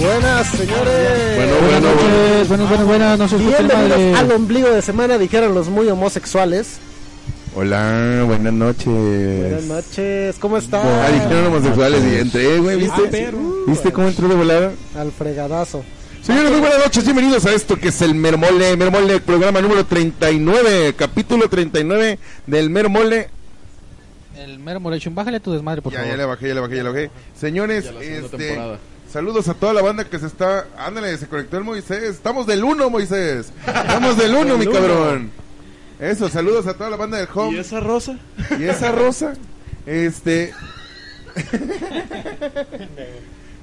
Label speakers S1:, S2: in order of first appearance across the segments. S1: Buenas, señores.
S2: Bueno,
S3: Buenas
S2: bueno, bueno.
S3: noches, buenas, buenas, buenas, no se escucha
S1: Bienvenidos al
S3: madre.
S1: ombligo de semana, dijeron los muy homosexuales.
S2: Hola, buenas noches.
S1: Buenas noches, ¿cómo
S2: Ah, dijeron
S1: estás?
S2: homosexuales y entré, güey,
S1: Ah,
S2: ¿viste?
S1: perro.
S2: ¿Viste cómo entró de volada?
S1: Al fregadazo.
S2: Señores, muy buenas noches, bienvenidos a esto que es el Mermole, Mermole, programa número 39, capítulo 39 del Mermole.
S3: El mero Morechun, bájale tu desmadre, por
S2: Ya,
S3: favor.
S2: ya le bajé, ya le bajé, ya le bajé. Señores,
S4: Ya la segunda
S2: este,
S4: temporada.
S2: saludos a toda la banda que se está... Ándale, se conectó el Moisés. Estamos del 1, Moisés. Estamos del 1, mi
S1: Del uno.
S2: cabrón. Eso, saludos a toda la banda del
S4: ¿Y
S2: Home.
S4: esa rosa?
S2: Y esa rosa, este.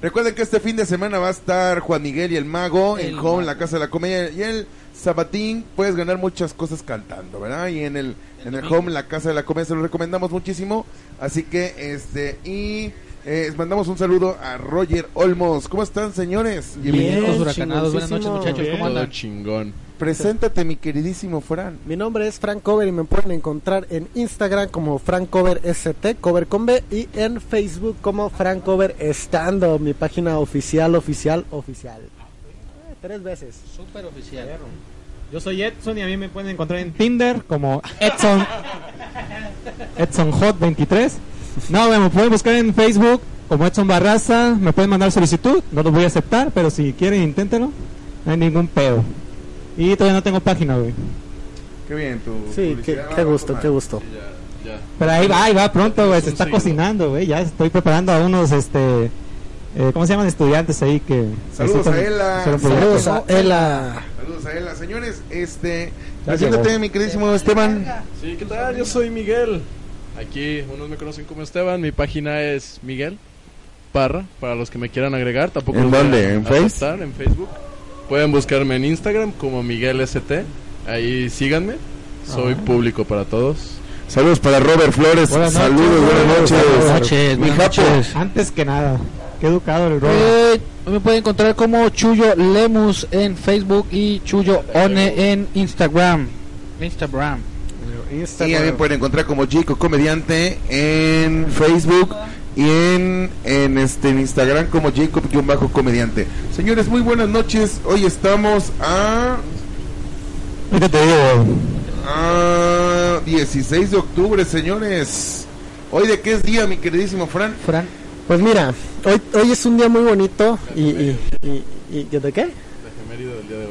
S2: Recuerden que este fin de semana va a estar Juan Miguel y el Mago en
S3: El
S2: Home,
S3: Mago.
S2: la Casa de la Comedia. Y el Sabatín, puedes ganar muchas cosas cantando, ¿verdad? Y en el, en el Home, la Casa de la Comedia, se lo recomendamos muchísimo. Así que, este, y eh, mandamos un saludo a Roger Olmos. ¿Cómo están, señores?
S3: Bienvenidos
S1: Bien,
S3: huracanados, buenas noches,
S1: chingoncísimo.
S3: muchachos, ¿cómo
S4: Todo
S3: andan?
S4: chingón.
S2: Preséntate, mi queridísimo Fran.
S1: Mi nombre es Frank Cover y me pueden encontrar en Instagram como Frank Cover ST, Cover con B, y en Facebook como Frank Cover Estando, mi página oficial, oficial, oficial. Eh, Tres veces.
S3: Súper oficial.
S5: Yo soy Edson y a mí me pueden encontrar en Tinder como Edson Edson Hot 23. No, bueno, me pueden buscar en Facebook como Edson Barraza, me pueden mandar solicitud, no los voy a aceptar, pero si quieren inténtenlo, no hay ningún pedo. Y todavía no tengo página, güey.
S2: Qué bien, tu.
S1: Sí, qué,
S2: publicidad.
S1: qué gusto, qué gusto.
S4: Ya.
S5: Pero ahí va, ahí va pronto, güey, se
S4: Un
S5: está
S4: seguidor.
S5: cocinando, güey, ya estoy preparando a unos, este, eh, ¿cómo se llaman? Estudiantes ahí que...
S2: Saludos
S5: que
S2: a Ela.
S5: hicieron proyectos.
S1: Saludos a Ela.
S2: Saludos a ella. Señores, este.
S5: Ya
S2: Preséntate,
S5: llegó.
S2: mi queridísimo Esteban.
S4: Sí, ¿qué tal? Yo soy Miguel. Aquí, unos me conocen como Esteban, mi página es Miguel Parra, para los que me quieran agregar. Tampoco
S2: ¿En
S4: los voy a
S2: dónde? ¿En Face?
S4: aceptar, en Facebook. Pueden buscarme en Instagram como Miguel ST. Ahí síganme. Soy
S2: Ah.
S4: público para todos.
S2: Saludos para Robert Flores.
S5: Buenas noches.
S2: Saludos, buenas noches.
S5: Buenas noches,
S2: Mi
S3: buenas
S2: japo.
S3: noches.
S5: Antes que nada, qué educado el rollo.
S3: Eh, me pueden encontrar como Chuyo Lemus en Facebook y Chuyo One en Instagram. Instagram.
S2: Y
S1: Instagram.
S2: también pueden encontrar como Chico Comediante en Facebook y en, en este, en Instagram como Jacob-Comediante. Señores, muy buenas noches. Hoy estamos a,
S5: Ahorita te digo,
S2: a 16 de octubre, señores. ¿Hoy de qué es día, mi queridísimo Fran?
S3: Fran.
S1: Pues mira, hoy, hoy es un día muy bonito y, y, y- y- ¿de qué?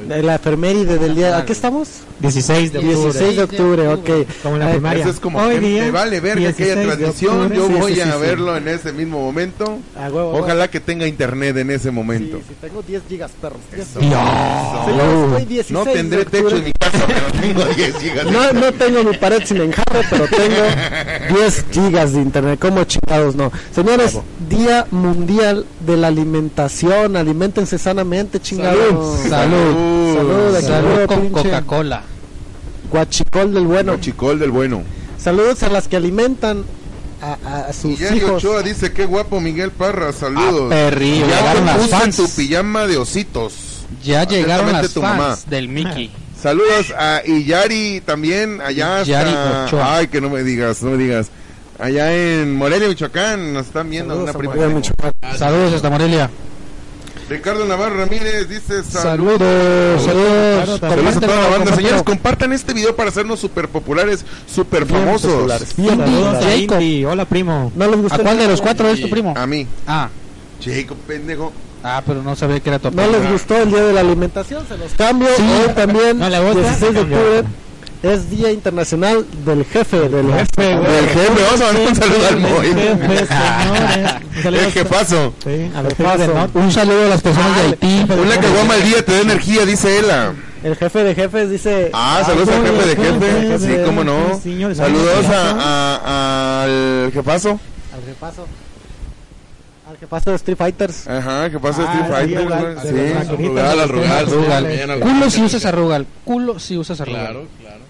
S1: De La efeméride del día. ¿A qué estamos?
S5: 16 de octubre.
S1: 16 de octubre,
S3: octubre.
S1: ok.
S5: Como en la
S1: Eh,
S5: primaria.
S2: Eso es como
S5: Hoy
S2: que
S5: día,
S2: me vale verga que
S5: 16
S2: haya
S5: de
S2: transmisión.
S5: octubre.
S2: Yo
S1: Sí, sí,
S2: voy
S1: sí,
S2: a
S1: sí.
S2: verlo en ese mismo momento.
S1: A huevo, a
S2: Ojalá que tenga internet en ese
S1: Sí,
S2: momento.
S1: sí, tengo 10 gigas, perros. 10
S2: Eso.
S1: gigas. Señor,
S2: Eso.
S1: estoy 16
S2: No
S1: de
S2: tendré techo
S1: octubre.
S2: en mi casa, pero tengo 10 gigas. de
S1: No, no
S2: internet.
S1: tengo mi pared sin enjarre, pero tengo 10 gigas de internet. ¿Cómo chingados no? Señores, Día Mundial de la Alimentación. Aliméntense sanamente, chingados.
S3: Salud. Salud.
S1: Salud, aquí
S3: Salud
S1: veo,
S3: con
S1: pinche
S3: Coca-Cola.
S1: Guachicol del bueno.
S2: No, Chicol del bueno.
S1: Saludos a las que alimentan a, a- a
S2: Y
S1: sus
S2: Yari
S1: hijos.
S2: Ochoa dice, qué guapo Miguel Parra, saludos.
S3: Ah, perrillo,
S2: ya
S3: llegaron
S2: te
S3: las
S2: puse
S3: fans.
S2: tu pijama de ositos.
S3: Ya llegaron
S2: Atentamente
S3: las
S2: tu
S3: fans
S2: mamá.
S3: del Mickey.
S2: Saludos a Iyari también, allá hasta...
S3: Yari Ochoa.
S2: Ay, que no me digas, no me digas. Allá en Morelia, Michoacán, nos están viendo
S1: Saludos
S2: una
S1: a
S2: prima.
S1: María
S2: que tengo.
S1: Michoacán.
S3: Saludos hasta Morelia.
S2: Ricardo Navarro Ramírez dice saludos.
S3: Saludos, saludos.
S2: Saludos a toda la banda.
S3: compártelo.
S2: Señores, compartan este video para hacernos super populares, super famosos.
S1: Bien,
S5: Saludos a
S3: Jacob.
S5: Indy. Hola, primo.
S1: No les gustó
S3: ¿A
S1: el
S3: cuál de
S1: video?
S3: los cuatro es tu primo?
S2: A mí.
S3: Ah,
S2: Chico, pendejo.
S3: ah, pero no sabía que era tu
S1: No
S3: primo.
S1: les gustó el día de la alimentación, se los cambio.
S3: Sí.
S1: Hoy también,
S5: No le gusta,
S1: 16 de
S5: cambio.
S1: octubre, es Día Internacional del Jefe. Del
S5: Jefe, güey.
S2: El jefe, vamos a mandar un saludo al Moy.
S5: Jefe, señores. Un saludo
S2: El jefazo.
S5: Sí, a los
S1: Jefazo.
S5: jefes del norte.
S3: Un saludo a las personas de Haití.
S2: Una caguama al día te da energía, dice Ela.
S1: El jefe de jefes dice...
S2: Ah, saludos al jefe de jefe. Sí, cómo no.
S5: Señores,
S2: Saludos
S5: saludos.
S2: a, a- al jefazo.
S1: Al repaso. Al repaso de Street Fighters.
S2: Ajá, jefazo de
S5: Ah,
S2: Street
S5: sí,
S2: Fighter.
S5: Rugal,
S2: güey.
S5: sí,
S2: Sí,
S5: Rugal.
S2: Rugal, al Rugal.
S3: Rugal.
S4: Bien, al-
S3: Culo si usas arrugal. Culo si usas arrugal.
S4: Claro, claro.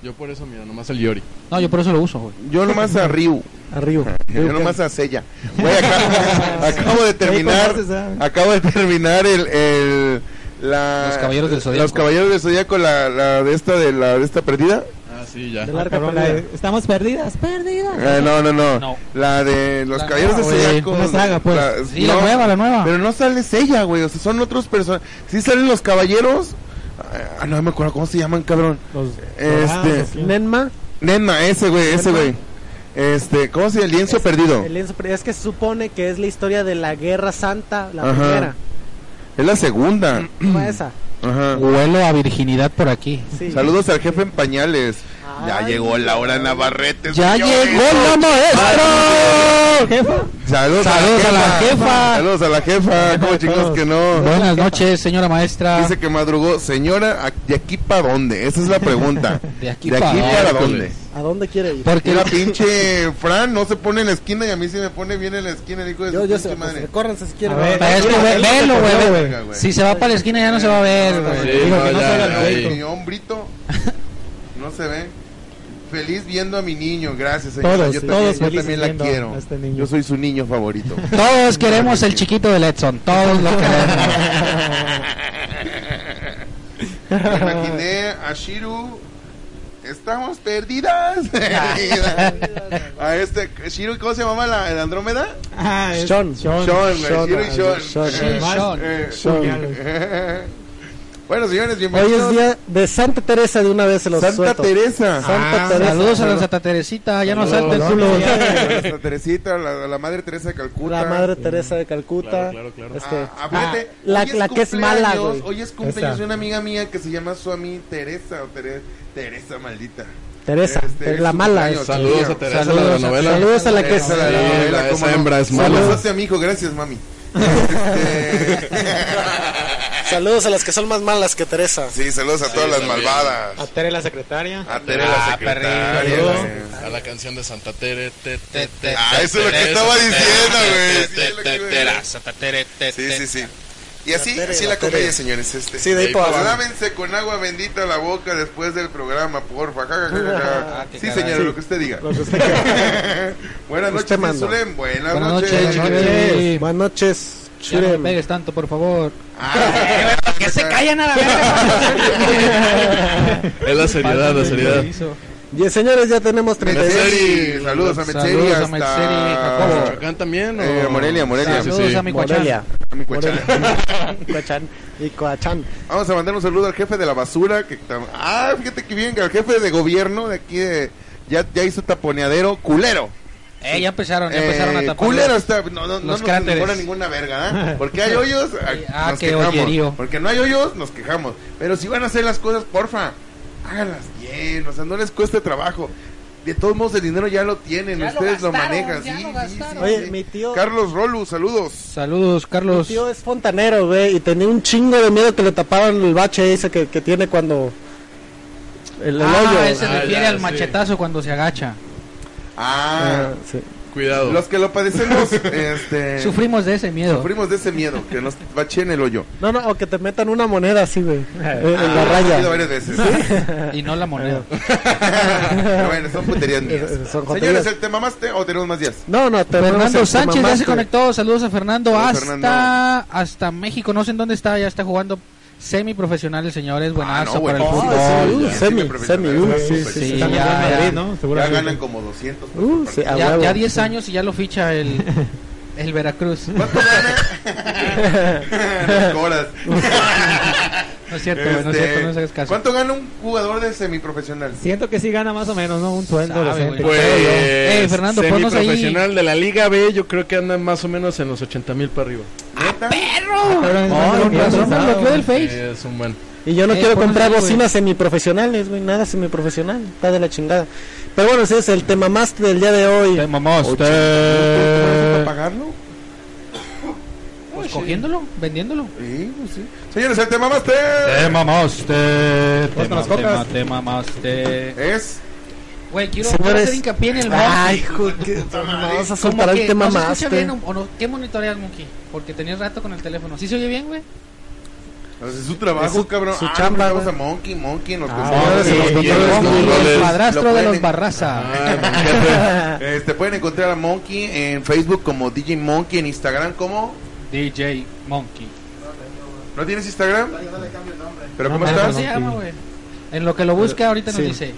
S4: Yo por eso, mira, nomás el Yori.
S3: No, yo por eso lo uso, güey.
S2: Yo nomás a Ryu.
S1: Arriba.
S2: Yo nomás a Sella. Güey, acá- acabo de terminar.
S5: conoces, ah.
S2: Acabo de terminar el. el- la-
S3: Los Caballeros del Zodiaco.
S2: Los Caballeros del Zodíaco, la, la de esta de la de esta perdida.
S4: Ah, sí, ya.
S1: De
S5: Ah,
S1: larga
S5: cabrón, la
S1: perdida.
S5: de- Estamos perdidas, perdidas.
S2: Eh, no, no, no,
S3: No.
S2: La de los
S3: La
S2: Caballeros del
S3: nueva, güey.
S2: Zodíaco.
S5: Una saga, pues.
S2: la-
S3: Sí,
S2: no,
S3: la nueva, la nueva.
S2: Pero no sale Sella, güey. O sea, son otros personajes. Sí salen los Caballeros. Ah, no me acuerdo cómo se llaman, cabrón.
S5: Los
S2: Este.
S5: dorados, ¿quién?
S1: Nenma,
S2: Nenma, ese, güey, ese, güey. Este, ¿cómo se llama? El lienzo perdido.
S1: el lienzo- es que se supone que es la historia de la Guerra Santa, la
S2: Ajá.
S1: primera.
S2: Es la segunda.
S1: Fue esa.
S2: Ajá.
S3: Huelo a virginidad por aquí.
S1: Sí.
S2: Saludos al jefe en pañales. Ya
S1: Ay.
S2: llegó Laura Navarrete.
S3: ¡Ya
S2: señores.
S3: llegó la maestra!
S5: Jefa.
S2: Saludos,
S3: Saludos a la jefa.
S2: Saludos a la jefa. ¿Cómo chicos que no?
S3: Buenas noches, señora maestra.
S2: Dice que madrugó. Señora, ¿a- ¿de aquí para dónde? Esa es la pregunta.
S3: De aquí pa'
S2: para dónde?
S4: dónde.
S1: ¿A dónde quiere ir?
S3: Porque
S2: Mira, pinche Fran no se pone en la esquina y a mí sí me pone bien en la esquina el hijo de
S1: Yo,
S2: su
S1: yo
S2: pinche
S1: sé, pues,
S2: madre.
S1: recórranse si quieren.
S5: A ver, este,
S3: Pero es que, güey, velo, güey,
S2: Verga,
S3: ve-
S2: güey.
S3: Si se va para la esquina ya no se va a ver,
S2: No, no,
S3: güey.
S4: Sí,
S2: no,
S4: no,
S2: que no
S4: ya,
S2: se haga
S4: ya,
S2: el
S4: ya.
S2: mi hombrito. No se ve. Feliz viendo a mi niño, gracias señora.
S5: Todos,
S2: yo
S5: sí,
S2: también,
S5: todos
S2: yo
S5: felices
S2: también la
S5: viendo
S2: quiero.
S5: a este niño.
S2: Yo soy su niño favorito.
S3: Todos queremos el chiquito de Edson, todos lo queremos.
S2: Me imaginé a Shiru. Estamos perdidas. a este Shiru, ¿cómo se llama la el Andrómeda?
S5: Ah, es
S1: Sean.
S5: Sean.
S2: Sean, Shiru y
S1: Sean,
S2: Sean.
S1: Sean,
S2: Eh,
S5: Más-
S3: Sean.
S2: eh,
S5: Sean.
S2: eh. Bueno, señores,
S1: Hoy es
S2: bienvenidos.
S1: día de Santa Teresa de una vez se los
S2: Santa
S1: suelto.
S2: Teresa.
S1: Santa
S5: Ah,
S1: Teresa.
S3: Saludos a la Santa Teresita, ya no salte el culo.
S5: Saludos.
S2: Santa Teresita, la, la madre Teresa de Calcuta.
S1: La Madre Teresa de Calcuta.
S4: Claro, claro, claro.
S1: Este,
S2: Ah, ah, fíjate,
S1: Ah, la-
S2: hoy
S1: la que es
S2: cumpleaños,
S1: mala, güey.
S2: Hoy es cumpleaños
S5: Esa.
S2: de una amiga mía que se llama Suami Teresa. o Tere- Teresa maldita.
S1: Teresa,
S2: Este,
S1: la
S2: su
S1: mala.
S2: cumpleaños.
S4: Saludos a Teresa, la de la novela.
S1: Saludos a la que
S2: Esa, la,
S1: es.
S2: la
S4: Sí,
S2: novela,
S4: la-
S2: cómo
S4: esa
S2: no.
S4: hembra es mala.
S2: Saludaste a mi hijo, gracias, mami. Este,
S1: Saludos a las que son más malas que Teresa.
S2: sí, saludos a todas las malvadas.
S5: A Tere, la secretaria.
S2: A Tere la
S4: Ah,
S2: secretaria.
S5: perrillo.
S2: güey.
S4: A la canción de Santa Tere. Te, te, te,
S2: Ah, eso es lo que
S4: Teresa,
S2: estaba diciendo, güey.
S4: Teresa,
S2: Sí, es lo que iba a decir. Sí, sí, sí. Y así,
S1: Tere,
S2: así
S1: la
S2: la comedia,
S1: Tere.
S2: señores. Este.
S1: Sí, de ahí
S4: Sí,
S1: para
S4: pues,
S2: Pues
S1: abajo.
S2: lávense con agua bendita la boca después del programa, porfa. Ja, ja, ja, ja, ja.
S1: Ah,
S2: sí, señora, lo que usted diga.
S1: Lo pues, que usted quiera.
S2: Buenas
S1: Usted
S2: noches,
S1: manda.
S2: Zulem. Buenas,
S3: Buenas
S2: noches.
S3: noches,
S2: Chirem.
S3: noches. Sí.
S1: Buenas noches,
S3: Ya no me
S1: Chirem.
S3: pegues tanto, por favor.
S2: Ah,
S3: Que se callan a la
S4: Es la seriedad, la seriedad.
S1: Y señores, ya tenemos 36.
S2: Metzeri. Saludos a Metzeri.
S3: Saludos a
S2: hasta-
S3: Metzeri, Jacobo.
S4: ¿Chocan también? o-
S2: Eh, Morelia, Morelia.
S4: Sí, sí,
S3: Saludos
S4: sí.
S3: a mi
S1: Morelia.
S3: cuachán.
S2: A mi cuachara.
S1: Coachán y Coachán.
S2: Vamos a mandar un saludo al jefe de la basura. Que tam- Ah, fíjate que bien, al jefe de gobierno de aquí de- Ya, ya hizo taponeadero culero.
S3: Eh, ya empezaron, ya empezaron a
S2: Eh,
S3: tapar.
S2: culero está, no, no, no nos
S3: los cráteres.
S2: demora ninguna verga, ¿eh? Porque hay hoyos, ah,
S3: Ah,
S2: nos
S3: qué
S2: quejamos.
S3: hoyerío.
S2: Porque no hay hoyos, nos quejamos. Pero si van a hacer las cosas, porfa, háganlas bien, o sea, no les cueste trabajo. De todos modos, el dinero ya lo tienen, ustedes lo, manejan. sí, sí, sí,
S1: Oye,
S2: sí.
S1: mi tío-
S2: Carlos Rolu, saludos.
S3: Saludos,
S1: Mi
S3: Carlos.
S1: tío es fontanero, güey, y tenía un chingo de miedo que le taparan el bache ese que, que tiene cuando... El, el hoyo.
S3: Ah, él se
S4: Ah,
S3: refiere
S4: ya,
S3: al
S4: sí.
S3: machetazo cuando se agacha.
S2: Ah,
S1: Ah, sí.
S4: Cuidado.
S2: los que lo padecemos, este,
S3: Sufrimos de ese miedo.
S2: sufrimos de ese miedo, que nos bacheen el hoyo.
S1: No, no, o que te metan una moneda así, güey. en en
S2: Ah,
S1: la
S2: lo he sufrido
S1: raya.
S2: varias veces.
S3: Y no la moneda.
S2: Eh, Pero bueno, son puterías mías.
S1: Eh, son joterías.
S2: Señores, ¿el tema más te- o tenemos más días?
S1: No, no, te
S3: Fernando
S1: te
S3: Sánchez ya
S1: mamaste.
S3: se conectó. Saludos a Fernando
S2: Saludos,
S3: hasta
S2: Fernando.
S3: hasta México. No sé en dónde está. Ya está jugando semiprofesionales, señores.
S6: Ah,
S3: Buenazo
S2: Ah, no,
S3: para el
S2: bueno.
S3: fútbol.
S1: Uh, semi,
S2: Ya, sí, me
S1: semi,
S2: prefiero.
S1: uh,
S2: Sí,
S1: sí,
S2: sí,
S3: sí,
S1: sí, sí.
S3: ya,
S1: También
S3: ya.
S1: Madrid, ¿no?
S5: ¿no?
S2: Ya
S5: Seguramente.
S2: ganan como 200.
S1: Uh, sí, a
S3: Ya,
S1: huevo.
S3: ya 10 años y ya lo ficha el,
S6: El Veracruz. No
S2: ¿Cuánto gana? Coras.
S6: es cierto, güey, no es
S2: Este,
S6: cierto, no hagas caso.
S2: ¿Cuánto gana un jugador de semiprofesional?
S5: Siento que sí gana más o menos, ¿no? Un sueldo
S6: Sabe,
S5: decente.
S6: güey.
S4: Pues,
S6: Eh, Fernando, ponnos ahí.
S4: semiprofesional de la Liga B, yo creo que anda más o menos en los 80 mil para arriba.
S2: ¿Neta?
S5: Cabrón,
S1: No,
S5: es
S1: no,
S5: un
S1: no,
S5: razón.
S1: no, no.
S6: bloqueó del
S4: Sí,
S6: Face.
S4: es un buen.
S1: Y yo no
S6: Eh,
S1: quiero
S6: ponnos
S1: comprar
S6: ahí, güey.
S1: bocinas semiprofesionales, güey. Nada semiprofesional. Está de la chingada. Pero bueno, ese es el tema más del día de hoy.
S6: Te mamaste.
S2: ¿Para pagarlo?
S6: Pues cogiéndolo, vendiéndolo.
S2: Sí, pues sí. Señores, el tema master
S6: mamaste.
S5: Te ma- te ma-
S6: te mamaste.
S2: es...
S6: Güey, quiero
S1: Señores.
S6: quiero hacer hincapié en el Monty.
S1: Ay, hijo, qué- vamos a
S6: Como
S1: soltar el
S6: que
S1: tema
S6: no se
S1: más.
S6: escucha bien o- o no- ¿Qué monitoreas, Monkey? Porque tenías rato con el teléfono. ¿Sí se oye bien, güey?
S2: pues, Es su trabajo,
S1: Es su-
S2: cabrón.
S1: su
S2: ah,
S1: chamba,
S2: Vamos a
S1: güey.
S2: Monkey, Monkey. Nos
S5: Ah,
S2: controles,
S1: sí,
S2: nos
S1: sí,
S2: controles,
S1: sí,
S2: nos
S1: Monkey,
S2: controles.
S6: Eh, el
S2: Lo
S6: padrastro de
S2: pueden
S6: los Barraza.
S2: Ah, me encanta. este, pueden encontrar a Monkey en Facebook como DJ Monkey, en Instagram como...
S6: DJ Monkey.
S2: ¿No tienes Instagram? ¿Pero
S5: No,
S2: cómo
S5: no,
S2: estás?
S6: ¿Cómo se llama, güey? En lo que lo busca ahorita nos
S1: Sí.
S6: dice.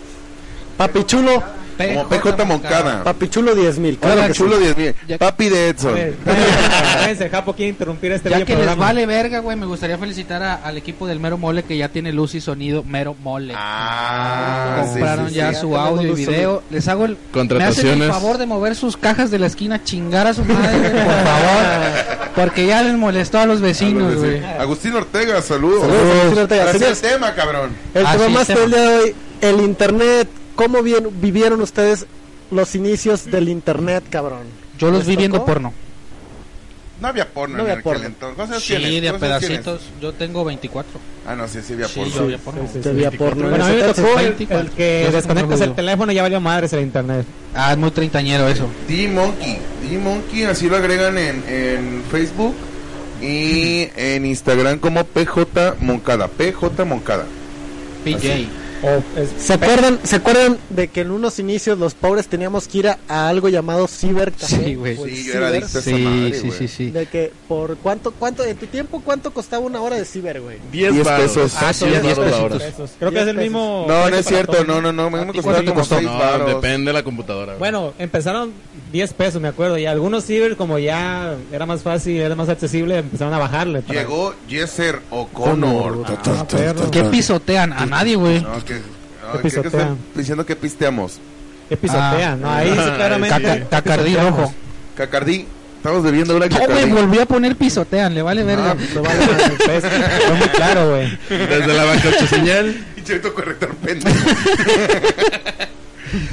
S1: Papi chulo,
S2: Como PJ Moncada.
S1: papi chulo 10.000. Claro
S2: Hola,
S1: que sí.
S2: chulo 10.000.
S6: Ya-
S2: Papi de Edson.
S5: Váyanse, Japo quiere interrumpir este
S6: Ya
S5: bello
S6: que les
S5: programa.
S6: vale verga, güey, me gustaría felicitar a- al equipo del Mero Mole que ya tiene luz y sonido Mero Mole.
S2: Ah, sí,
S6: Compraron
S2: sí,
S6: ya
S2: sí.
S6: su audio y video. Les hago el, me hacen el
S4: Contrataciones.
S6: favor de mover sus cajas de la esquina, chingar a su madre, güey, por favor. Porque ya les molestó a los vecinos,
S2: Algo que
S6: güey.
S2: decir. Agustín Ortega, saludos.
S1: Saludos, Agustín Ortega.
S2: Pero ese es
S1: Señores,
S2: el tema, cabrón.
S1: El
S6: Ah,
S1: tema
S6: sí,
S1: más
S6: tema.
S1: del día de hoy, el internet. ¿Cómo bien, vivieron ustedes los inicios del internet, cabrón?
S6: Yo los
S1: ¿Les
S6: vi viendo
S1: tocó?
S6: porno.
S2: No había porno
S1: No
S2: en
S1: había
S2: aquel
S1: porno.
S2: entonces. ¿Cuántos años tienes?
S6: Sí, de a
S2: ¿Cuántos años tienes?
S6: pedacitos. Yo tengo 24.
S2: Ah, no, sí, sí había
S6: Sí,
S2: porno.
S6: yo vi porno.
S1: Te había porno.
S5: Bueno, a mí me
S1: Entonces,
S5: tocó el,
S6: 24.
S5: el que
S6: Yo
S5: desconectas
S6: soy
S5: el
S6: judío.
S5: teléfono ya valió madres el internet.
S6: Ah, es muy treintañero eso.
S2: DJ Monkey. DJ Monkey, así lo agregan en, en Facebook y en Instagram como PJ Moncada. PJ Moncada.
S6: PJ.
S5: O es-
S1: ¿Se acuerdan, ¿Se acuerdan de que en unos inicios los pobres teníamos que ir a, a algo llamado cibercafé?
S6: Sí, güey.
S1: O el
S2: Sí, yo era
S1: ciber,
S2: adicto. Esa madre,
S6: Sí, sí,
S2: güey.
S6: sí, sí.
S1: De que por cuánto, cuánto, en tu tiempo, ¿cuánto costaba una hora de ciber, güey?
S4: 10
S2: 10
S4: varos.
S2: pesos.
S4: Ah, sí, 10
S6: 10
S4: pesos la
S6: pesitos.
S4: hora.
S5: esos. Pues Creo que es el
S1: Diez
S5: mismo.
S2: No, no es
S5: precio para
S2: cierto.
S5: todo.
S2: No, no, no. A mí me
S6: cuánto
S2: costaba
S6: te
S2: como
S6: costó?
S2: 6
S4: No,
S2: baros.
S4: depende de la computadora. güey.
S5: Bueno, empezaron 10 pesos, me acuerdo. Y algunos ciber, como ya era más fácil, era más accesible, empezaron a bajarle. para-
S2: Llegó Jesser O'Connor.
S5: Ah, perro.
S6: ¿Qué pisotean? A nadie, güey.
S2: No, que, no,
S5: Te
S2: que- que
S5: pisotean.
S2: están diciendo que pisteamos.
S5: ¿Qué pisotea?
S6: Ah.
S5: no, ahí sí, claramente.
S6: Caca- Cacardí
S5: pisoteamos.
S6: rojo.
S2: Cacardí, estamos bebiendo ahora
S6: No, Oh, güey,
S2: Cacardí.
S6: volví a poner pisotean, le vale
S2: Ah.
S6: verga.
S5: No vale madre, pues, fue muy claro, güey.
S4: Desde la banca ocho señal.
S2: Pinche autocorrector pendejo.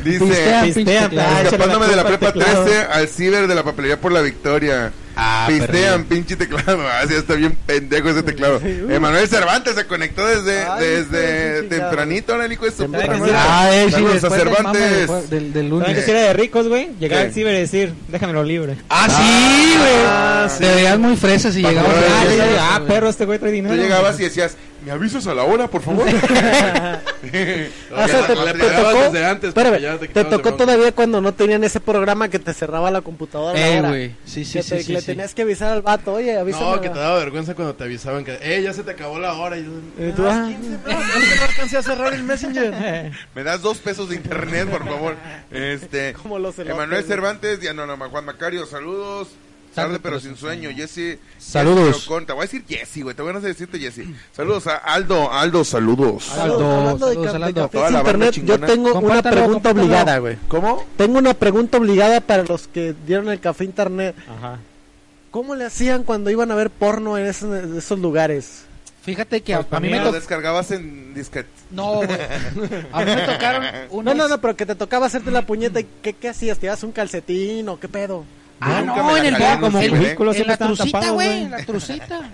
S2: Dice,
S6: Pistea,
S5: Pistea,
S6: pistea,
S5: ah, échale
S2: escapándome Pues de la
S5: culpa
S2: prepa
S5: al teclado.
S2: 13 al ciber de la papelería por la victoria.
S7: Ah,
S2: Pistean, pinche teclado. Ah, sí, está bien pendejo ese teclado. Emanuel Cervantes se conectó desde,
S1: Ay,
S2: desde
S1: hijo de chingada.
S2: tempranito, ahora el hijo de su
S1: Temprano.
S2: puta madre.
S6: Ah, eh, sí,
S2: Saludos a
S6: después del mame
S2: Cervantes.
S6: del, del- del
S5: ¿Saben que
S6: lunes.
S5: si era de ricos, güey? Llegar
S2: ¿Qué?
S5: al ciber y decir, déjamelo libre.
S6: Ah, sí, güey. Te veías muy fresa si llegabas.
S2: Ah,
S5: Ah,
S2: sí,
S5: ya,
S2: sí,
S5: ya, ah, perro, este güey trae
S2: Tú
S5: dinero.
S2: llegabas y decías, ¿me avisas a la hora, por favor?
S1: Ah, O sea, te,
S4: Le
S1: te
S4: pegabas
S1: tocó,
S4: desde antes,
S1: espérame,
S4: porque ya te
S1: te
S4: quitabas de
S1: todavía
S4: bronca.
S1: todavía cuando no tenían ese programa que te cerraba la computadora. a la
S6: Eh,
S1: hora.
S6: güey. Sí, sí,
S1: Que
S6: sí,
S1: te-
S6: sí,
S1: Le
S6: sí.
S1: tenías que avisar al vato, oye, avísame.
S4: No, que te daba vergüenza cuando te avisaban que, eh, ya se te acabó la hora. Y yo,
S1: Eh, tú, ah,
S4: no alcancé a cerrar el Messenger.
S2: Me das dos pesos de internet, por favor. Este.
S1: Como los elotes,
S2: Emanuel
S1: güey.
S2: Cervantes, Diana Nama- Juan Macario, saludos. Tarde pero sin sueño, Jesse.
S6: Saludos.
S2: Jesse Ocon. Te voy a decir Jesse, güey. Te voy a decirte Jesse. Saludos a Aldo, Aldo, saludos.
S1: Saludos,
S6: Aldo,
S1: hablando de
S6: saludos,
S1: ca- de
S6: Aldo.
S1: cafés
S2: Toda la banda
S1: internet, yo
S2: chingona.
S1: tengo una
S6: Compártalo,
S1: pregunta
S6: compártalo.
S1: obligada, güey.
S2: ¿Cómo?
S1: Tengo una pregunta obligada para los que dieron el café internet.
S5: Ajá.
S1: ¿Cómo le hacían cuando iban a ver porno en esos, en esos lugares?
S6: Fíjate que a, a mí me
S5: Mira,
S2: Lo
S6: tocó.
S2: descargabas en disquete.
S6: No, güey. A mí me tocaron
S1: No, pues-
S6: unos.
S1: no, no, pero que te tocaba hacerte la puñeta. ¿y ¿Qué, qué hacías? ¿Te das un calcetín o qué pedo?
S6: Ah,
S2: Nunca me
S6: no, en
S2: la
S6: el
S2: jalé,
S6: bar, como
S2: no sé,
S6: en-
S2: güey.
S5: Los
S6: en la
S5: siempre estaban
S6: trucita,
S5: tapados,
S6: güey.
S5: güey.
S6: En la trucita.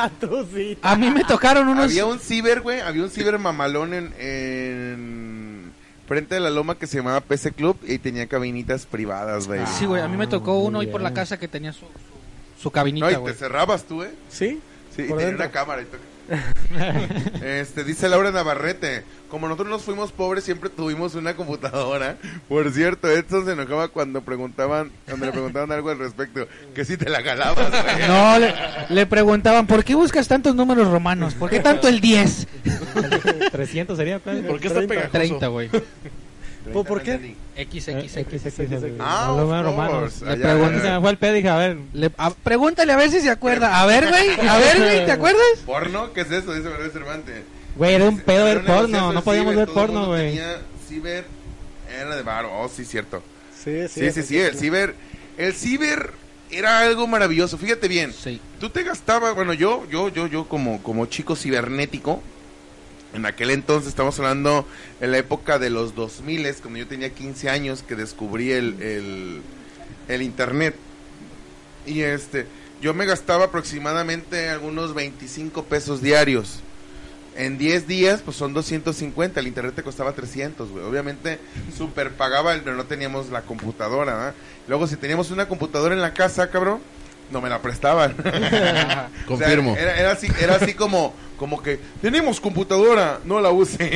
S1: Ah, tú sí.
S6: A mí me tocaron unos.
S2: Había un ciber, güey. Había un ciber mamalón en, en frente de la loma que se llamaba PC Club y tenía cabinitas privadas, güey.
S6: Ah. Sí, güey. A mí me tocó uno ahí por la casa que tenía su, su, su cabinita,
S2: no, y te
S6: güey.
S2: cerrabas tú, eh.
S1: ¿Sí?
S2: Sí, y
S1: Por
S2: tenía
S1: dentro.
S2: una cámara. y todo. este, dice Laura Navarrete, como nosotros nos fuimos pobres, siempre tuvimos una computadora. Por cierto, Edson se enojaba cuando preguntaban, cuando le preguntaban algo al respecto, que si te la galabas, güey.
S6: No, le, le preguntaban, ¿por qué buscas tantos números romanos? ¿Por qué tanto el 10?
S5: 300 sería, pues". claro.
S4: ¿Por qué está pegajoso?
S6: 30, güey.
S1: ¿Por- por qué?
S6: Eh, XX.
S2: Ah,
S5: Los
S2: of
S5: romanos.
S2: course.
S5: Le
S2: Ah, ya,
S5: pregunté,
S2: ya,
S5: se
S2: ya.
S5: me fue el pedo y dije, a ver,
S6: Le- a- pregúntale a ver si se acuerda. A ver, güey. A ver, güey, ¿te acuerdas?
S2: ¿Porno? ¿Qué es eso? Dice Manuel Cervantes.
S5: güey, era un
S2: Era
S5: pedo ver
S2: un
S5: porno,
S2: negociazo
S5: no
S2: de
S5: podíamos
S2: ciber,
S5: ver
S2: todo el
S5: porno,
S2: mundo
S5: güey.
S2: tenía Ciber era de varo. Oh, sí, cierto.
S1: Sí,
S2: Sí, sí, sí, el ciber. El ciber era algo maravilloso. Fíjate bien.
S6: Sí.
S2: Tú te gastabas, bueno, yo, yo, yo, yo como, como chico cibernético, en aquel entonces estamos hablando en la época de los 2000, cuando yo tenía 15 años que descubrí el, el, el internet. Y este, yo me gastaba aproximadamente algunos 25 pesos diarios. En 10 días, pues son 250. El internet te costaba 300, güey. Obviamente, super pagaba, pero no teníamos la computadora. ¿verdad? Luego, si teníamos una computadora en la casa, cabrón, no me la prestaban. O sea,
S4: Confirmo.
S2: era, era así, era así como, como que, tenemos computadora, no la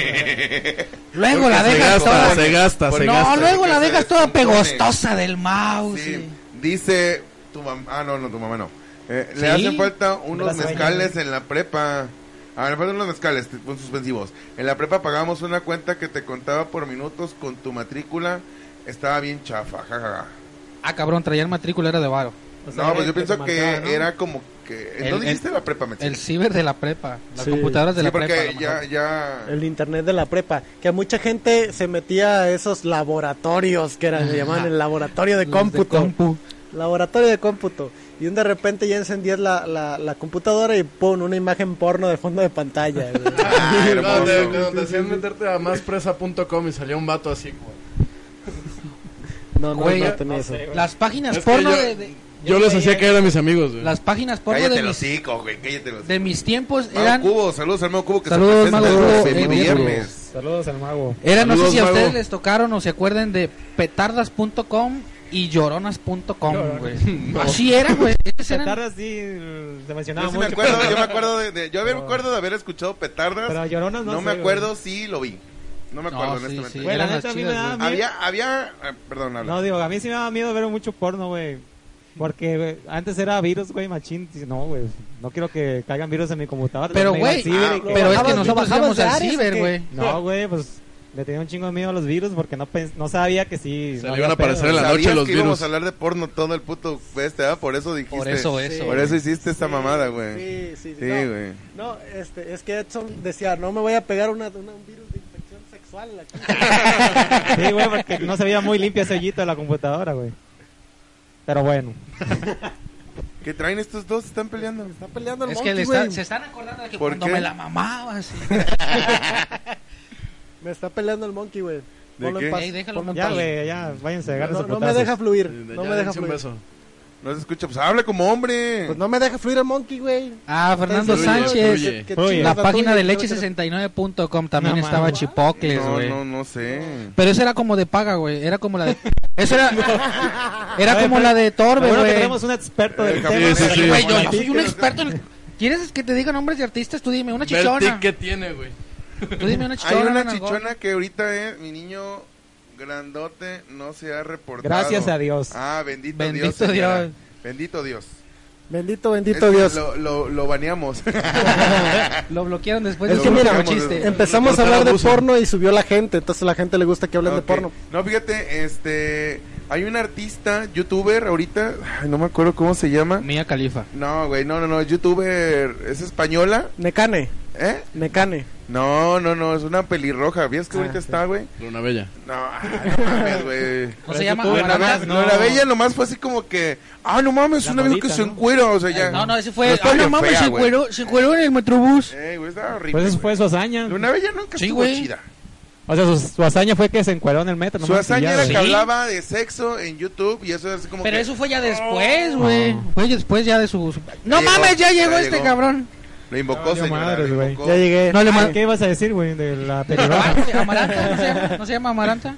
S2: use.
S6: Luego
S2: Porque
S6: la
S2: se
S6: dejas
S2: gasta,
S6: toda.
S2: se
S4: gasta,
S2: se
S6: no,
S2: gasta.
S6: luego la
S2: Porque se
S6: dejas toda
S2: descompone.
S6: pegostosa del mouse.
S2: Sí,
S6: y-
S2: Dice tu mamá, ah, no, no, tu mamá no. Eh,
S6: Sí.
S2: Le hacen falta unos
S5: Las
S2: mezcales en la prepa. A ver, faltan unos mezcales, con suspensivos. En la prepa pagábamos una cuenta que te contaba por minutos con tu matrícula. Estaba bien chafa, jajaja.
S6: Ah, cabrón, traer matrícula era de varo.
S5: O sea,
S2: No, pues
S5: era
S2: yo
S5: el
S2: pienso
S5: te
S2: que
S5: marcaba, ¿no?
S2: era como que... ¿En
S6: El-
S2: dónde
S6: el-
S2: hiciste la prepa, Metzger?
S6: El ciber de la prepa. Las
S1: Sí.
S6: computadoras de
S2: Sí,
S6: la
S2: porque
S6: prepa. a lo
S2: ya,
S6: mejor.
S2: ya...
S1: El internet de la prepa, que mucha gente se metía a esos laboratorios que eran, le llamaban el laboratorio de
S6: Los de
S1: cómputo.
S6: compu.
S1: Laboratorio de cómputo. Y un de repente ya encendías la, la, la computadora y pon una imagen porno de fondo de pantalla. güey.
S2: Ah, hermoso.
S4: No, te, no, te hacían meterte a máspresa.com y salía un vato así, güey.
S1: No, no,
S6: Güey,
S1: no
S6: ya-
S1: tenía eso.
S6: Las páginas
S4: Es que
S6: porno
S4: yo-
S6: de, de-
S4: Yo les hacía caer a mis amigos, güey.
S6: Las páginas porno
S2: Cállate
S6: de
S2: los
S6: mis,
S2: hocico, güey, cállate los
S6: de mis tiempos
S2: Mago
S6: eran.
S2: Cubo, saludos al Mago Cubo que
S6: Saludos,
S2: se presenta
S6: Mago Cubo,
S2: este
S6: en
S2: viernes.
S5: Saludos al mago.
S6: Era, no sé
S4: Saludos,
S6: si a
S4: Mago.
S6: ustedes les tocaron o se acuerden de petardas.com y lloronas.com, güey. Así era, güey. Esas eran-
S5: Petardas sí, se mencionaba
S2: yo sí me
S5: mucho.
S2: acuerdo,
S5: pero-
S2: yo me acuerdo de, de- yo me acuerdo de haber escuchado petardas.
S5: Pero lloronas no
S2: no
S5: sé,
S2: me
S5: güey.
S2: acuerdo si lo vi. No me acuerdo
S6: No, sí,
S2: honestamente.
S6: sí.
S5: Güey, la
S6: Eran las
S5: neta a mí me
S6: chidas,
S5: daba
S6: güey.
S5: miedo.
S2: Había había eh, perdón, habla.
S5: No, digo, a mí sí me daba miedo ver mucho porno, güey. Porque güey, antes era virus, güey, machín. Dices, No, güey, no quiero que caigan virus en mi computadora.
S6: Pero,
S5: Me iba al
S6: güey,
S5: ciber y
S2: ah,
S5: que-
S6: Pero es
S1: bajabas-
S6: que
S1: lo
S6: nosotros
S1: bajabas
S6: íbamos
S1: de
S6: al
S1: Ares,
S6: ciber,
S1: ¿o qué?
S6: güey.
S5: No, güey, pues le tenía un chingo de miedo a los virus porque no, pens- no sabía que sí.
S4: Se
S5: no
S4: le iban a
S5: había pedo,
S4: aparecer en la
S5: güey.
S2: Sabías
S4: noche los
S2: que íbamos
S4: virus.
S2: a hablar de porno todo el puto este, ¿ah? Por eso dijiste.
S6: Por eso, eh. eso.
S2: Por
S6: güey.
S2: eso hiciste esta mamada, güey.
S1: Sí, sí, sí.
S2: Sí,
S1: no,
S2: güey.
S1: No, este, es que Edson decía, no me voy a pegar una, una- un virus de infección sexual aquí.
S5: Sí, güey, porque no se veía muy limpia ese hoyito de la computadora, güey. Pero bueno.
S2: ¿Qué traen estos dos? Están peleando.
S1: Está peleando el
S6: Es que
S1: monkey,
S6: le está-
S1: güey.
S6: se están acordando de que
S2: ¿Por
S6: cuando
S2: qué?
S6: me la mamabas.
S1: Me está peleando el monkey, güey.
S2: ¿De
S1: Ponlo en
S2: qué?
S1: paz,
S6: Ey, déjalo
S1: ponlo en
S6: en
S5: Ya,
S1: paz.
S5: güey, ya, váyanse a agarrar
S1: No,
S5: sus
S1: no me
S5: putazos.
S1: deja fluir,
S4: Ya,
S1: no me
S4: dense
S1: deja
S4: un
S1: fluir.
S4: beso.
S2: No se escucha, pues habla como hombre.
S1: Pues no me deja fluir el monkey, güey.
S6: Ah, Fernando
S4: Fluye,
S6: Sánchez.
S4: fluye.
S1: Que- que
S5: Fluye.
S6: La
S1: chingas
S6: página
S1: tuya,
S6: de
S1: que no quiero-
S6: leche69.com también
S5: No,
S6: estaba
S5: man.
S6: chipocles,
S2: no,
S6: güey.
S2: no, no sé.
S6: Pero esa era como de paga, güey. Era como la de. Esa era. Era
S5: Oye,
S6: como
S5: pero-
S6: la de
S5: Lo
S6: Torbe,
S5: bueno que
S6: güey.
S5: tenemos un experto del
S2: Eh,
S5: tema.
S4: sí, sí,
S5: güey.
S4: sí.
S6: Güey, yo, yo
S2: Bueno,
S6: soy un
S2: sí,
S6: experto en. ¿Quieres que te diga nombres de artistas? Tú dime una
S4: Vertic
S6: chichona.
S4: que tiene, güey.
S6: Tú dime una
S2: Hay
S6: chichona.
S2: una
S6: nalgona.
S2: chichona que ahorita es mi niño grandote no se ha reportado.
S5: Gracias a Dios.
S2: Ah, bendito, Dios.
S6: Bendito
S2: señora.
S6: Dios.
S2: Bendito Dios.
S1: Bendito,
S2: Es
S1: bendito
S2: que
S1: Dios.
S2: Lo, lo, lo baneamos.
S6: Pues Lo bloquearon después
S1: Es
S6: de
S1: que
S6: su
S1: mira,
S6: último
S2: bloqueamos,
S6: chiste.
S1: Empezamos a
S4: Reportar
S1: hablar de
S4: abuso.
S1: porno y subió la gente, entonces a la gente le gusta que hablen
S2: Ok.
S1: de porno.
S2: No, fíjate, este. Hay un artista, youtuber, ahorita. ay, no me acuerdo cómo se llama.
S6: Mía Califa.
S2: No, güey, no, no, no. Youtuber. ¿Es española?
S1: Necane,
S2: ¿Eh?
S1: Necane.
S2: No, no, no. Es una pelirroja. ¿Ves que
S1: Ah,
S2: ahorita
S1: sí.
S2: está, güey?
S4: Luna Bella.
S2: No, ay, no mames, güey.
S6: ¿No se llama?
S5: YouTube,
S2: Luna
S6: Amaranta?
S5: nada
S2: Bella,
S5: más, no.
S2: Luna Bella nomás fue así como que. Ah, no mames,
S5: La
S2: una vez que
S5: nodita,
S2: se
S5: ¿no?
S2: encuera. O sea, ya.
S6: No, no, ese fue.
S2: estaba
S6: Ah, no
S2: bien
S6: mames,
S2: fea,
S6: se
S2: güey.
S6: cuero, se cuero en el Metrobús.
S2: Eh, güey, estaba horrible.
S5: Pues eso
S2: güey.
S5: fue su hazaña.
S2: Luna Bella nunca
S6: Sí,
S2: estuvo
S6: güey.
S2: chida.
S5: O sea, su, su hazaña fue que se encueró en el metro.
S2: Su
S5: nomás, y
S2: hazaña
S5: ya,
S2: era
S5: güey.
S2: que hablaba de sexo en YouTube y eso es como
S6: Pero
S2: que-
S6: eso fue ya después, güey. Fue después ya de su. su- No
S2: Llegó,
S6: mames, ya
S2: ya
S6: llegó este
S2: llegó.
S6: cabrón.
S2: Lo
S5: Ya
S2: invocó,
S5: valió
S2: señora.
S5: madres,
S2: lo
S5: güey.
S2: invocó.
S1: Ya llegué.
S6: No le
S5: Ah,
S6: mandó.
S5: ¿Qué ibas a decir, güey, de la pelirroja?
S6: Amarante, Amaranta, ¿no se llama, ¿no se llama Amaranta?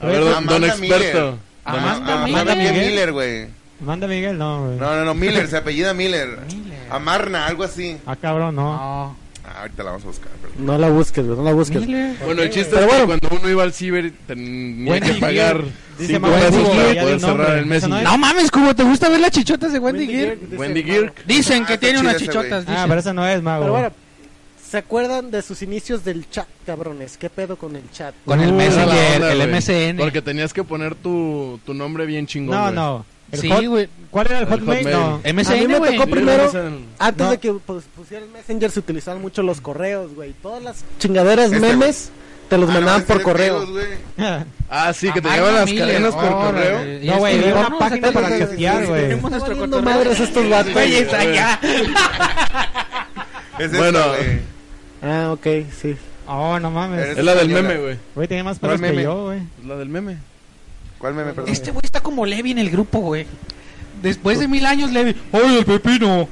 S4: A ver, don,
S2: Amanda
S4: don experto.
S2: No, no,
S6: Amanda
S2: ah,
S6: Miller.
S2: Amanda Miller, güey.
S5: Manda Miguel, no, güey.
S2: No, no, no, Miller, se apellida Miller.
S6: Miller.
S2: Amarna, algo así.
S5: Ah, cabrón, no.
S6: No.
S2: Ah, ahorita la vamos a buscar. pero-
S1: No la busques, güey, no la busques.
S6: Miller.
S4: Bueno, el chiste
S1: Pero
S4: es que
S1: bueno.
S4: cuando uno iba al ciber tenía
S6: Wendy
S4: que pagar
S5: Dice
S4: 5
S5: Wendy
S4: pesos
S5: Gear,
S4: para
S5: ya
S4: poder
S5: di nombre.
S4: cerrar el mes.
S5: Eso no es-
S6: No mames, como te gusta ver las chichotas de Wendy Gear.
S4: Wendy Girk.
S6: Dicen
S2: Ah,
S6: que
S2: está
S6: tiene
S2: chido
S6: unas
S2: ese,
S6: chichotas,
S5: Ah, pero
S6: dicen.
S5: esa no es, mago.
S1: Pero bueno, ¿Se acuerdan de sus inicios del chat, cabrones? ¿Qué pedo con el chat?
S6: Con el
S4: Esa es la
S6: Messenger,
S4: onda,
S6: el
S4: güey.
S6: MSN.
S4: Porque tenías que poner tu, tu nombre bien chingón.
S5: No,
S4: güey.
S5: no. El
S6: Sí,
S5: hot-
S6: güey.
S5: ¿Cuál era el
S4: El
S5: Hotmail?
S4: Hotmail.
S5: No.
S1: A mí
S6: MSN,
S1: me
S6: güey.
S1: tocó primero,
S4: MSN.
S1: antes
S5: No.
S1: de que pues, pusieran el Messenger, se utilizaban mucho los correos, güey. Todas las chingaderas
S2: Este,
S1: memes te los
S2: Ah, no,
S1: mandaban
S2: ese
S1: por
S2: de
S1: correo.
S2: pelos, güey.
S4: Ah, sí, que te
S6: Amanda
S4: llevan las
S6: Miller,
S4: cadenas por
S6: órale.
S4: correo.
S6: Y este,
S5: No,
S6: es
S5: güey,
S6: que
S5: era una
S6: vamos a
S5: página
S6: tener-
S5: para chatear, güey.
S6: Tenemos nuestro
S1: Valiendo
S6: correo.
S1: madres estos vatos.
S6: Güey, es allá.
S2: Es esta,
S4: Bueno.
S2: güey.
S1: Ah, ok, sí.
S5: Oh, no mames.
S2: Eres-
S4: Es la del
S2: española.
S4: meme, güey.
S5: Güey, tenía más
S2: ¿Cuál
S5: pelos que
S2: meme?
S5: yo, güey.
S4: Es la del meme.
S2: ¿Cuál meme, perdón?
S6: Este güey está como Levi en el grupo, güey. Después de mil años, Levi. ¡Ay, el pepino!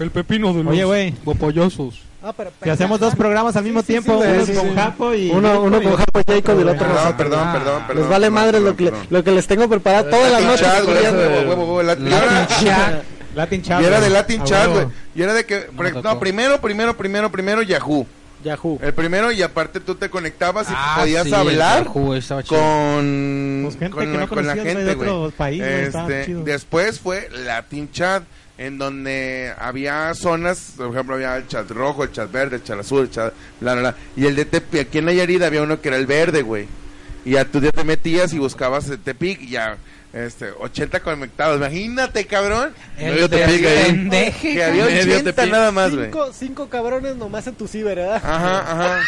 S6: El pepino de los
S5: Oye, güey.
S6: guapoyosos.
S1: Ah, pero,
S5: Que hacemos dos programas al mismo
S1: sí,
S5: tiempo,
S1: sí,
S5: uno
S1: sí,
S5: con
S1: sí.
S5: Japo y...
S1: Uno, uno con Japo Jacob y el otro
S2: Perdón,
S1: nosotros.
S2: perdón, perdón, perdón.
S1: Les vale
S2: perdón,
S1: madre
S2: perdón,
S1: lo, que le-
S2: perdón.
S1: lo que les tengo preparado todas las
S2: Latin
S1: noches.
S2: chat, güey,
S4: noches,
S2: eso de
S4: güey.
S2: huevo, huevo, Latin-
S5: Latin Chat. Latin Chat.
S2: Y era de
S5: güey.
S2: Latin
S5: A
S2: Chat,
S5: huevo.
S2: güey. Y era de que. pre- No, primero, primero, primero, primero Yahoo.
S1: Yahoo.
S2: El primero, y aparte tú te conectabas y
S6: Ah,
S2: podías
S6: sí,
S2: hablar
S6: el Yahoo estaba chido.
S2: con,
S5: Pues gente
S2: con,
S5: que no
S2: con la
S5: conocías, güey,
S2: gente,
S5: de
S2: güey.
S5: otros países, estaba
S2: Este,
S5: chido.
S2: después fue Latin Chat, en donde había zonas, por ejemplo, había el chat rojo, el chat verde, el chat azul, el chat bla, bla, bla. Y el de Tepic, aquí en Nayarit había uno que era el verde, güey. Y a tu día te metías y buscabas el Tepic y ya, este, 80 conectados. Imagínate, cabrón.
S6: El
S2: Medio Tepic ahí.
S6: pendeje,
S2: Que había
S4: Medio
S2: 80
S4: Tepic.
S2: nada más, güey.
S1: Cinco, cinco cabrones nomás en tu ciber, ¿verdad?
S2: Ajá, ajá.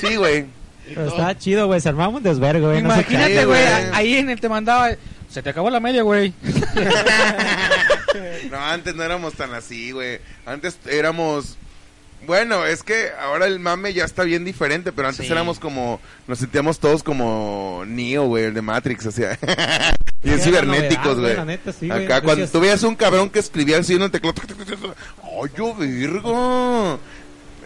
S2: Sí, güey.
S5: Pero estaba chido, güey. Se armaba un desvergo, güey. no sé qué.
S6: Imagínate,
S2: Sí,
S6: güey.
S2: güey.
S6: Ahí en el te mandaba. Se te acabó la media, güey.
S2: No, antes no éramos tan así, güey. Antes éramos... Bueno, es que ahora el mame ya está bien diferente, pero antes
S6: Sí.
S2: éramos como... Nos sentíamos todos como Neo, güey, el de Matrix, o sea... Bien
S5: Era
S2: cibernéticos,
S5: novedad,
S2: güey.
S5: la neta, sí, güey.
S2: Acá, cuando
S5: Decías,
S2: tú veías un cabrón que escribía así en el teclado... ¡Ay, yo virgo!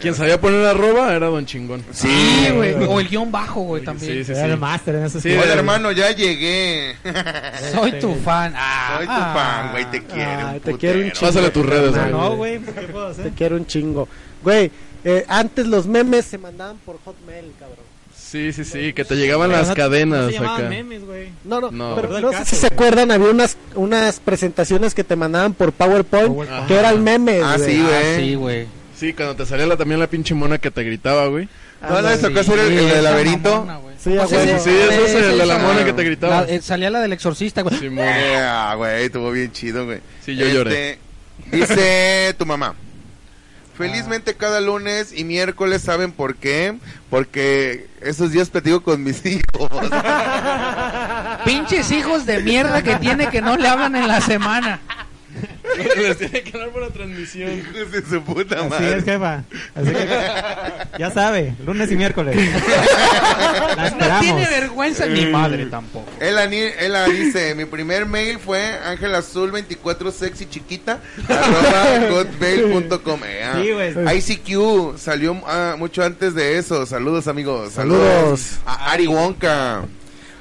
S4: Quien sabía poner arroba era Don Chingón.
S6: Sí,
S2: Sí,
S6: güey. O el guión bajo, güey,
S4: Sí,
S6: también.
S4: sí,
S5: Era el
S4: sí.
S5: máster en esos
S4: Sí,
S5: tiempos.
S2: Hola,
S4: del-
S2: hermano, ya llegué.
S6: Soy tu fan. Ah,
S2: Soy tu
S6: ah.
S2: fan, güey, te quiero.
S1: Ay,
S2: un
S1: te quiero un
S2: putero.
S1: chingo.
S4: Pásale tus redes,
S1: Ah,
S4: güey.
S5: No, güey. pues, ¿Qué puedo
S1: Te
S5: hacer?
S1: quiero un chingo. Güey, eh, antes los memes se mandaban por Hotmail, cabrón.
S4: Sí, sí, sí, que te llegaban
S5: Pero
S4: las
S5: no- no
S4: cadenas
S5: se llamaban
S4: acá.
S5: memes, güey.
S1: No, no,
S4: No.
S1: pero
S5: Todo el
S1: no sé
S5: caso,
S1: si se
S5: güey.
S1: acuerdan, había unas, unas presentaciones que te mandaban por PowerPoint,
S5: PowerPoint.
S1: que eran memes.
S2: Ah,
S1: güey.
S2: sí,
S6: Ah,
S2: güey.
S6: sí, güey.
S4: Sí, cuando te salía la, también la pinche mona que te gritaba, güey.
S2: ¿No les tocó
S6: Sí,
S2: hacer el, el
S6: esa
S2: laberinto?
S6: mamona, güey.
S1: Sí, a
S6: Pues
S1: huevo.
S6: ese-
S4: Sí, ese es el de la
S6: esa-
S4: mona que te gritaba.
S6: La- eh, salía la del exorcista, güey.
S4: Simón.
S2: Ah, güey, estuvo bien chido, güey. Este,
S4: Sí, yo lloré.
S2: Dice tu mamá.
S4: Ah.
S2: Felizmente cada lunes y miércoles saben por qué, porque esos días platico con mis hijos.
S6: Pinches hijos de mierda que tiene que no le hablan en la semana.
S4: Les tiene que dar por la transmisión.
S2: Hijos de su puta
S5: Así
S2: madre.
S5: es, jefa. Así que ya sabe, lunes y miércoles. La
S6: No tiene Mm.
S5: esperamos.
S6: vergüenza ni
S2: Eh,
S6: madre tampoco.
S2: Ella, ni- ella dice, mi primer mail fue ángela azul 24 sexy chiquita arroba hotmail.com. Eh, ah.
S5: Sí, güey.
S2: ICQ salió ah, mucho antes de eso. Saludos, amigos.
S1: Saludos.
S2: A Ari Wonka.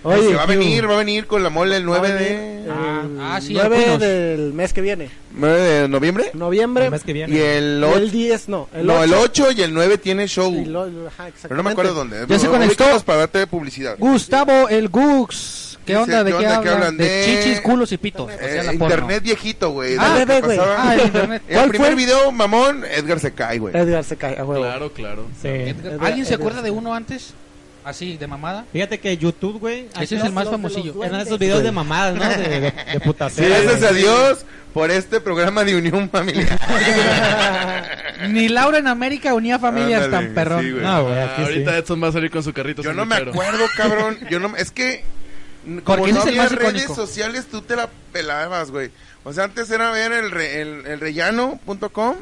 S1: Oye,
S2: se va a
S1: Q,
S2: venir, va a venir con la mole el 9
S1: el
S2: de...
S6: Ah, sí,
S1: 9
S6: algunos.
S1: del mes que viene.
S2: 9 de noviembre.
S1: Noviembre.
S5: El mes que viene.
S2: Y el
S1: y
S2: 8...
S1: el 10, no. El
S2: no, el
S1: 8.
S2: 8 y el 9 tiene show.
S1: Y lo- lo- ajá,
S2: Pero no
S1: exactamente.
S2: me acuerdo dónde.
S6: Ya se conectó.
S2: Ubícanos para darte publicidad.
S6: Gustavo el Gux. ¿Qué
S2: Dice,
S6: onda? ¿De
S2: ¿qué
S6: qué,
S2: onda? ¿Qué
S6: hablan?
S2: hablan?
S6: De...
S2: De-
S6: chichis, culos y pitos.
S2: Eh,
S6: o sea, la porno.
S2: internet viejito, güey. de
S6: Ah,
S2: lo que
S1: bebé, güey.
S2: pasaba.
S6: Ah, el internet.
S2: El primer
S1: fue?
S2: video, mamón, Edgar se cae, güey.
S1: Edgar se cae, a huevo.
S4: Claro, claro.
S5: Sí.
S6: Edgar- ¿Alguien se acuerda de uno antes? Así, de mamada.
S5: Fíjate que YouTube, güey.
S6: Ese es
S5: antes
S6: el más
S1: los-
S6: famosillo.
S1: los
S5: Eran esos videos de mamadas, ¿no? De, de, de putaceras,
S2: Gracias
S5: güey.
S2: a Dios por este programa de unión familiar.
S6: Ni Laura en América unía familias
S2: Ándale,
S6: tan perrón.
S2: sí, güey.
S5: No, güey,
S4: Ah,
S5: aquí
S4: ahorita
S5: sí.
S4: Edson va a salir con su carrito.
S2: Yo no me
S4: sandwichero.
S2: acuerdo, cabrón. Yo no, es que n- como
S6: Porque
S2: no
S6: ese es el
S2: había
S6: más
S2: redes
S6: icónico.
S2: sociales, tú te la pelabas, güey. O sea, antes era ver el, re- el, el rellano.com.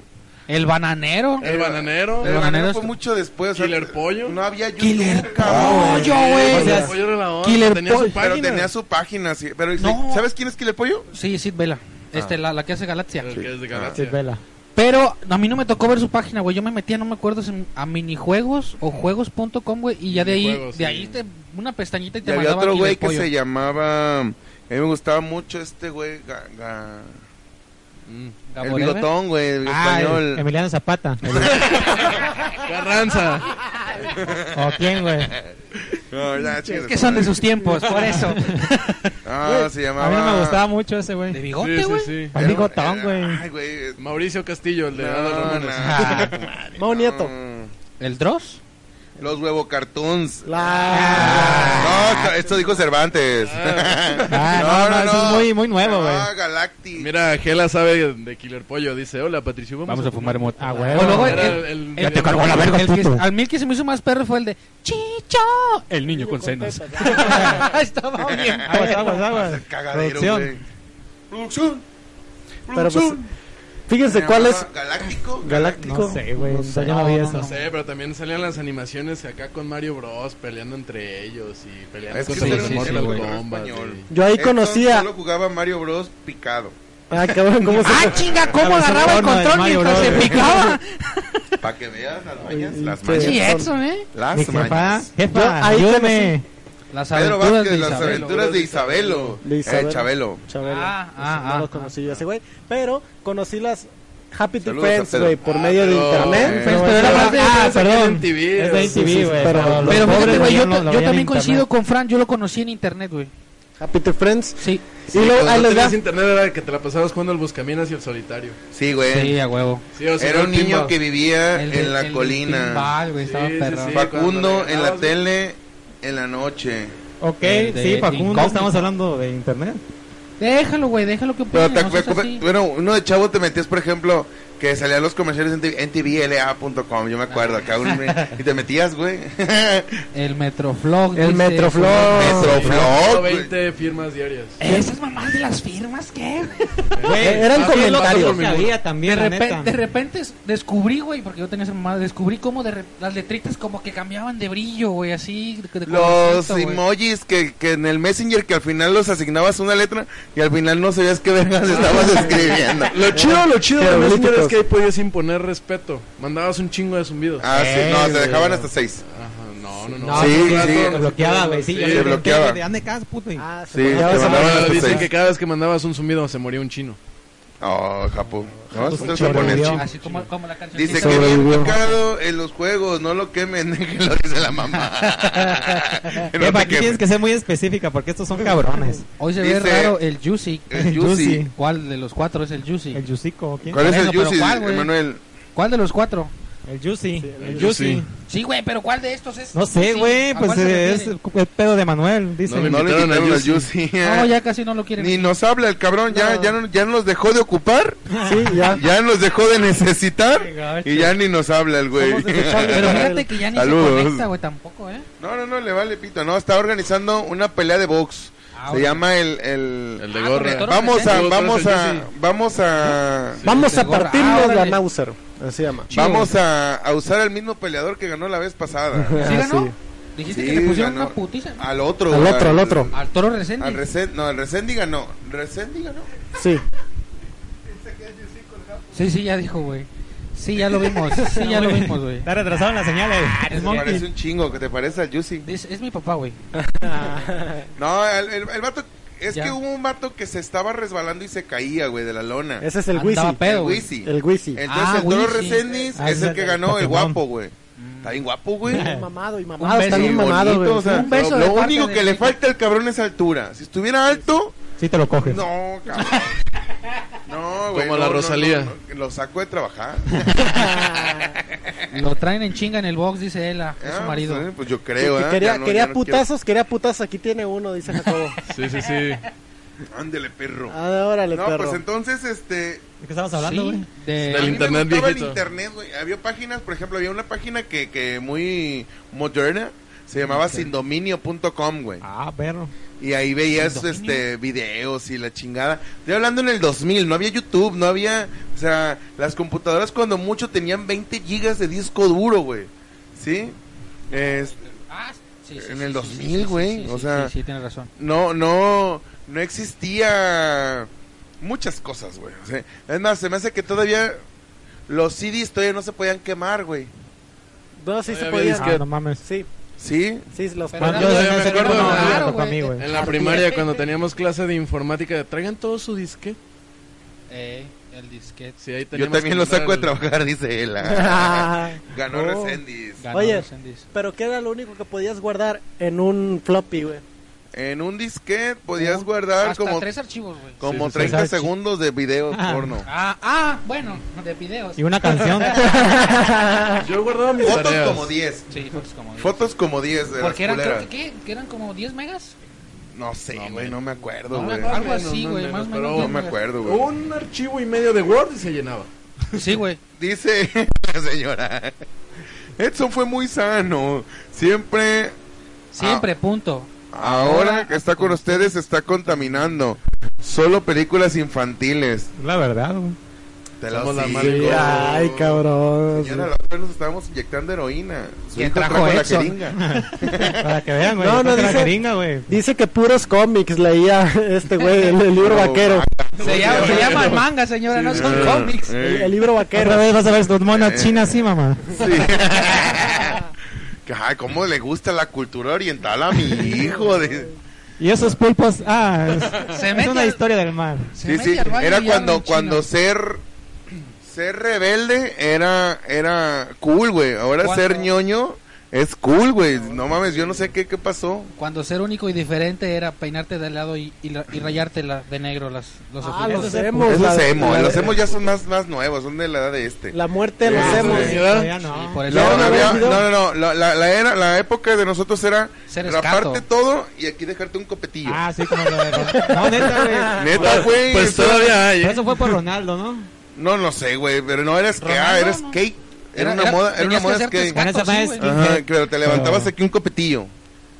S6: El bananero.
S4: El bananero.
S2: El bananero
S6: bananero
S2: fue
S6: es-
S2: mucho después. o sea,
S4: Killer Pollo.
S2: No había YouTube,
S6: Killer
S2: cabrón.
S6: Pollo,
S4: O
S6: güey.
S4: sea,
S5: Gracias.
S4: Ah, Pollo era la onda,
S6: Killer
S4: tenía
S6: Pollo.
S4: su
S2: Pero
S4: página.
S2: tenía su página, sí. Pero,
S6: No.
S2: ¿Sabes quién es Killer Pollo?
S6: Sí, Sid Vela.
S2: Ah.
S6: Este, la, la que hace Galaxia.
S4: El que es de
S5: Sí,
S4: Galaxia.
S5: vela.
S6: Pero a mí no me tocó ver su página, güey. Yo me metía, no me acuerdo, si a minijuegos o juegos.com, güey. Y ya de ahí,
S4: Minijuegos,
S6: de
S4: sí.
S6: ahí te, una pestañita y
S2: Y
S6: te
S2: había
S6: mandaba
S2: otro
S6: Killer
S2: güey que
S6: Pollo.
S2: se llamaba... A mí me gustaba mucho este güey... ga- ga-
S4: Mm.
S2: El
S6: Gabo Lever.
S2: bigotón, güey, el
S5: Ah, el-
S2: español.
S5: Emiliano Zapata.
S4: Carranza.
S5: ¿O quién, güey?
S2: No, ya, chido.
S6: Es que son de sus tiempos, por eso.
S2: Ah, se
S5: A
S2: llamaba...
S5: mí no me gustaba mucho ese,
S6: ¿De
S5: güey.
S4: Sí,
S6: bigote,
S4: sí,
S6: güey?
S4: sí.
S5: El bigotón,
S2: Era-
S5: güey.
S2: Ay, güey.
S4: Mauricio Castillo, el de
S2: No,
S4: Adal Ramones.
S2: no.
S6: Ah,
S1: Mau Nieto.
S2: Mm.
S6: ¿El Dross?
S2: Los huevo cartoons.
S1: La-
S2: No, esto dijo Cervantes.
S5: Ah, no, no, eso es muy, muy nuevo, güey.
S2: Ah, Galacti.
S4: Mira, Gela sabe de Killer Pollo. Dice: Hola, Patricio. Vamos,
S6: Vamos a fumar mota.
S5: Ah,
S6: O luego
S5: huevo.
S6: el-
S4: Era
S6: el-
S4: el-
S6: el-
S4: Ya te
S5: cargó la verga,
S6: el que-
S5: puto.
S6: al mil que se me hizo más perro fue el de Chicho, el niño con senos. Estaba bien.
S5: Aguas, aguas, aguas.
S2: Cagadero,
S5: Producción.
S2: güey. Producción.
S1: Pero pues,
S2: Producción.
S1: fíjense
S2: Se
S1: cuál es
S2: llamaba Galáctico.
S1: Galáctico.
S5: No sé, güey.
S1: No
S5: yo
S1: sé.
S5: no vi eso.
S4: No sé, pero también salían las animaciones acá con Mario Bros. peleando entre ellos y peleando
S2: Es que
S4: con
S6: sí,
S2: era
S6: sí,
S2: un
S6: sí,
S4: Mortal
S6: güey.
S4: Kombat,
S2: español.
S4: y-
S1: Yo ahí
S2: Edson
S1: conocía.
S2: Solo jugaba Mario Bros. picado.
S1: Ah, cabrón, ¿cómo se
S6: Ah, chinga, cómo agarraba el control mientras se picaba.
S2: Para que veas las mañas.
S1: Ay,
S2: Las
S1: sí.
S2: mañas.
S6: Sí, Edson, ¿eh?
S2: Las
S5: Mi jefa,
S2: mañas.
S5: jefa,
S1: ahí
S5: ayúdame.
S6: Las
S2: Pedro
S6: aventuras
S2: Vázquez,
S6: de
S2: las
S6: Isabelo.
S2: aventuras de Isabelo.
S1: De Isabelo.
S2: Eh, Chabelo.
S1: Chabelo.
S6: Ah,
S1: Eso,
S6: ah,
S1: no
S6: ah,
S1: los conocí yo ese güey. Pero conocí las Happy to
S2: Saludos a
S1: Friends,
S2: Pedro.
S1: güey, por
S4: Ah,
S1: medio de
S4: pero-
S1: internet.
S2: eh,
S1: Pero
S6: pero era
S1: yo-
S6: más de-
S5: Ah,
S4: es de
S5: perdón.
S4: MTV,
S5: Es de
S4: güey.
S1: Sí, sí,
S5: MTV, güey.
S1: pero-
S5: pero los
S6: Pero
S5: pobres
S6: fíjate, güey,
S5: no
S6: yo, yo
S5: lo veían en
S6: también
S5: internet.
S6: coincido con Fran, yo lo conocí en internet, güey.
S1: Happy to Friends.
S6: Sí.
S4: Sí,
S1: y luego
S4: cuando
S1: ahí
S4: no
S1: les va.
S4: tenías internet era que te la pasabas jugando al Buscaminas y el solitario.
S2: Sí, güey.
S6: a huevo.
S4: Sí, o sea,
S2: Era un
S4: el
S2: niño
S4: pinball.
S2: que vivía
S6: El de-
S2: en la
S6: el
S2: colina.
S6: timbal, güey,
S4: Sí,
S6: estaba
S4: sí,
S6: perro.
S4: sí. cuando
S2: Facundo
S4: le
S2: en la
S4: ganabas.
S2: tele en la noche.
S5: Ok,
S6: El de
S5: sí, Facundo,
S6: incógnito.
S5: estamos hablando de internet.
S6: Déjalo, güey, déjalo que
S2: Pero
S6: opine.
S2: te
S6: no seas
S2: acuer-
S6: así.
S2: bueno, uno de chavo te metías, por ejemplo, que salían los comerciales en, TV en tvla.com, yo me acuerdo, acá un- y te metías, güey.
S6: El Metroflog.
S1: El
S6: dice,
S1: Metroflog.
S2: Metro Flop, güey.
S4: 120 firmas diarias.
S5: Eh,
S4: Eh,
S6: Esas mamás de las firmas, ¿qué?
S1: eran
S4: ah,
S1: comentarios.
S5: Había también,
S6: De
S5: la
S6: repente, de
S5: neta.
S6: repente s- descubrí, güey, porque yo tenía esa mamá, descubrí cómo de re- las letritas como que cambiaban de brillo, güey, así. de- de
S2: Los
S6: colorcito, güey.
S2: emojis que, que en el Messenger que al final los asignabas una letra y al final no sabías qué vergas estabas escribiendo.
S4: Lo chido, lo chido de
S1: Jeroglíficos.
S4: Messenger es que ahí podías imponer respeto. Mandabas un chingo de zumbidos.
S2: Ah, sí, no, se dejaban hasta seis.
S4: Ajá, no, no,
S5: No,
S4: no.
S2: Sí,
S5: sí,
S2: sí.
S5: Te bloqueaba, güey. Sí, yo
S4: Sí,
S5: le
S2: te
S5: pregunté,
S2: bloqueaba.
S5: güey, Ande casa, puto. y-
S1: Ah,
S2: Sí,
S1: se
S2: te
S1: mandaba-
S2: mandaban
S4: Ahora
S2: hasta
S4: dicen
S2: seis.
S4: que cada vez que mandabas un zumbido se moría un chino.
S2: Oh, Japón. No,
S5: Japón
S2: esto es
S5: se
S2: japonés.
S5: murió.
S6: Así como, como la canción.
S2: Dice
S6: que-
S2: que bien
S1: Sobrevivió.
S2: picado en los juegos, no lo quemen, que lo dice la mamá. Que no te
S5: Epa, aquí tienes
S2: quemen.
S5: que ser muy específica porque estos son cabrones.
S6: Hoy se
S2: dice-
S6: ve raro el Juicy.
S2: El Juicy.
S6: ¿Cuál de los cuatro es el Juicy?
S5: El Yusico, ¿o quién?
S2: Eh, ¿Cuál es el
S6: Bueno, pero
S2: Juicy,
S6: ¿cuál, güey?
S2: Emanuel?
S6: ¿Cuál de los cuatro?
S5: El Yusi.
S4: el
S5: El Yusi.
S4: Yusi.
S6: Sí, güey, pero ¿cuál de estos es?
S5: No sé,
S6: Sí,
S5: güey,
S6: ¿a
S5: pues
S6: cuál se
S5: es
S6: refiere?
S5: el pedo de Manuel, dice.
S2: No,
S4: me
S2: no le
S4: invitaron al
S2: quitaron al Juicy.
S6: No, ya casi no lo quieren.
S2: Ni nos habla el cabrón, ya,
S6: No.
S2: ya, no, ya nos dejó de ocupar,
S1: Sí, ya.
S2: ya nos dejó de necesitar y ya ni nos habla el güey.
S1: Somos desechables.
S6: Pero fíjate que ya ni
S2: Saludos.
S6: se conecta, güey, tampoco, ¿eh?
S2: No, no, no, le vale pito. No, está organizando una pelea de box.
S6: Ah,
S2: Se
S6: ok.
S2: llama el... el...
S4: El de
S6: Ah,
S4: gorra.
S6: pero-
S2: Vamos a,
S4: Tú, tú
S2: vamos
S4: eres el
S2: a,
S4: Juicy.
S2: vamos a...
S1: Vamos a
S6: Segura.
S1: partirnos
S6: Ah,
S1: la
S6: órale.
S1: Mauser. Así se llama.
S6: Chido.
S2: Vamos a, a usar al mismo peleador que ganó la vez pasada.
S6: ¿Sí
S1: Ah,
S6: ganó?
S1: sí.
S6: Dijiste
S2: Sí,
S6: que le pusieron
S2: ganó.
S6: una putiza.
S2: Al otro.
S1: Al otro, al otro.
S6: Al toro Resende.
S2: Al Resend, no, el Resendi ganó. Resendi ganó.
S1: Sí.
S6: Sí, sí, ya dijo, güey. Sí, ya lo vimos. Sí, ya lo vimos, güey.
S5: Está retrasado en las señales.
S6: es
S2: Te parece un chingo, que te parece al Juicy.
S6: Es, es mi papá, güey.
S2: No, el, el, el vato, es
S6: Ya.
S2: que hubo un vato que se estaba resbalando y se caía, güey, de la lona.
S1: Ese es el
S6: Andaba
S1: Wisi.
S6: pedo, güey.
S2: Wisi.
S1: El Wisi.
S2: Entonces
S6: Ah,
S2: el toro
S6: Wisi.
S2: Resendiz
S5: Ah,
S2: es el
S5: es
S2: que
S5: el
S2: ganó, el
S5: Pokémon.
S2: guapo, güey. Está bien guapo, güey.
S1: Mamado y mamado.
S6: Un
S1: Está
S6: beso.
S1: bien
S2: Bien
S1: mamado,
S2: bonito,
S1: güey.
S2: o sea,
S6: Un beso
S2: lo,
S6: de
S2: lo
S6: parte
S2: único
S6: de
S2: que le
S6: Wisi.
S2: falta al cabrón es altura. Si estuviera alto,
S5: Sí te lo coges.
S2: no, cabrón. No, güey.
S4: Como la
S2: no, no,
S4: Rosalía.
S2: no, no, lo saco de trabajar.
S6: Lo traen en chinga en el box, dice él, a a
S2: Ah,
S6: su marido.
S2: Pues, eh, pues yo
S1: Que
S2: creo, ¿eh?
S1: quería,
S2: Ya no-
S1: quería
S2: ya no
S1: putazos, quería putazos. Aquí tiene uno, dice Jacobo.
S4: Sí, sí, sí.
S2: quiero- Ándele, perro.
S1: Ah, órale,
S2: no,
S1: perro.
S2: pues entonces, este...
S5: ¿De qué estamos hablando, güey?
S6: Sí, de-
S2: a mí
S4: Del
S2: me
S4: internet
S2: gustaba
S4: viejito.
S2: el internet, güey. Había páginas, por ejemplo, había una página que, que muy moderna, se llamaba sindominio.com, güey.
S5: Ah, perro.
S2: Y ahí veías este videos y la chingada. Estoy hablando en el 2000, no había YouTube, no había, o sea, las computadoras cuando mucho tenían 20 gigas de disco duro, güey. ¿Sí? Es-
S6: Ah, sí, sí,
S2: En
S6: sí,
S2: el
S6: sí,
S2: 2000,
S6: sí, sí,
S2: güey,
S6: sí,
S2: o
S6: sí,
S2: sea-
S6: Sí, sí, tienes razón.
S2: no no no existía muchas cosas, güey. O sea, es más, se me hace que todavía los CDs todavía no se podían quemar, güey.
S1: No, sí se
S4: Había
S1: podía.
S4: disquete.
S5: Ah, no mames.
S1: Sí,
S2: ¿Sí?
S1: sí, los
S6: Pero
S1: podía.
S6: era-
S4: yo me acuerdo,
S5: no,
S4: claro,
S5: no me tocó a
S6: güey,
S5: mí, güey.
S4: En la primaria, cuando teníamos clase de informática, traigan todo su disque.
S6: Eh, el disquete.
S4: Sí, ahí
S2: Yo
S4: teníamos
S2: también
S4: que
S2: lo
S4: mandar
S2: saco de
S4: el-
S2: trabajar, dice él.
S1: Ah,
S2: Ganó
S1: no.
S2: Resendiz.
S6: Ganó
S1: Oye,
S6: Resendiz.
S1: Pero que era lo único que podías guardar en un floppy, güey.
S2: En un disquete podías guardar
S6: Hasta
S2: como,
S6: tres archivos, güey.
S2: como
S4: Sí, sí, sí.
S2: 30
S5: Exacto.
S2: segundos de video
S5: Ah.
S2: porno.
S6: Ah, ah, bueno, de videos.
S5: Y una canción.
S4: Yo guardaba mis
S2: Fotos
S4: tareas.
S2: como 10.
S6: Sí, fotos como diez.
S2: Fotos como 10 de las
S6: Porque eran, creo
S2: culeras.
S6: que, ¿qué? Que eran como 10 megas.
S2: No sé,
S4: No,
S2: güey,
S4: hombre.
S2: no me acuerdo,
S6: No
S2: güey.
S6: me acuerdo. Algo
S4: Más o
S6: así,
S4: menos,
S6: güey,
S4: menos,
S6: más o
S4: pero
S6: menos.
S2: No me acuerdo, güey.
S4: Un archivo y medio de Word y se llenaba.
S6: Sí, güey.
S2: Dice la señora. Edson fue muy sano. Siempre
S6: Siempre,
S2: Ah.
S6: punto.
S2: Ahora que está con ustedes se está contaminando. Solo películas infantiles.
S5: la verdad, güey.
S2: Te
S4: Somos la
S2: digo.
S4: madre.
S1: Sí, ay, cabrón.
S2: Señora, la otra vez nos estábamos inyectando heroína. Su
S5: ¿Quién
S2: hijo
S5: trajo
S2: trajo la
S5: Edson?
S2: jeringa.
S5: Para que vean, güey.
S1: No, no,
S5: Otra
S1: dice-
S5: jeringa, güey.
S1: Dice que puros cómics leía este güey, el, el libro
S2: Oh,
S1: vaquero.
S6: Se, llama, se llaman manga, señora, no son
S2: Eh,
S6: cómics.
S1: El,
S2: eh,
S1: el libro
S5: Otra
S1: vaquero.
S5: vez vas a ver tus
S6: Eh.
S5: monas chinas, sí, mamá.
S2: sí. Ay, cómo le gusta la cultura oriental a mi hijo. Dice.
S5: Y esos pulpos, ah, es,
S6: Se
S5: es
S6: mete
S5: una
S6: al-
S5: historia del mar.
S6: Se
S2: Sí,
S6: mete
S2: sí.
S6: al baño
S2: Era
S6: y habla en
S2: cuando, cuando
S6: chino.
S2: ser ser rebelde era era cool, güey. Ahora
S6: Cuando-
S2: ser ñoño es cool, güey. No mames, yo no sé qué qué pasó.
S6: Cuando ser único y diferente era peinarte de lado y, y, la- y rayarte la- de negro las, los
S1: Ah,
S6: ojitos.
S1: los hemos.
S2: Los emo,
S1: la,
S2: los emo ya son más, más nuevos, son de la edad de este.
S1: la muerte los
S2: Sí,
S1: hemos.
S4: sí.
S5: Todavía no.
S6: Sí, por eso
S2: No, no,
S1: ¿Ya
S2: había-
S1: habían
S2: no,
S1: ido?
S2: no, no, la, la- la era, la época de nosotros era
S6: Ser
S2: raparte
S6: escato.
S2: todo y aquí dejarte un copetillo.
S5: Ah, sí, como lo de No, neta, güey.
S2: Neta, Ah, güey.
S4: Pues
S2: eso-
S4: todavía hay,
S5: Pero
S4: ¿eh?
S5: eso fue por Ronaldo, ¿no?
S2: No, no sé, güey, pero no eras que,
S6: Ronaldo,
S2: ah, eras
S6: ¿no?
S2: skate. Era,
S6: Era-
S2: una
S6: era-
S2: moda, era una
S6: tenías que
S2: moda
S6: hacerte
S2: skate.
S6: escato,
S5: Bueno, esa
S6: sí,
S5: vez-
S6: güey.
S2: Ajá, pero te levantabas aquí un copetillo.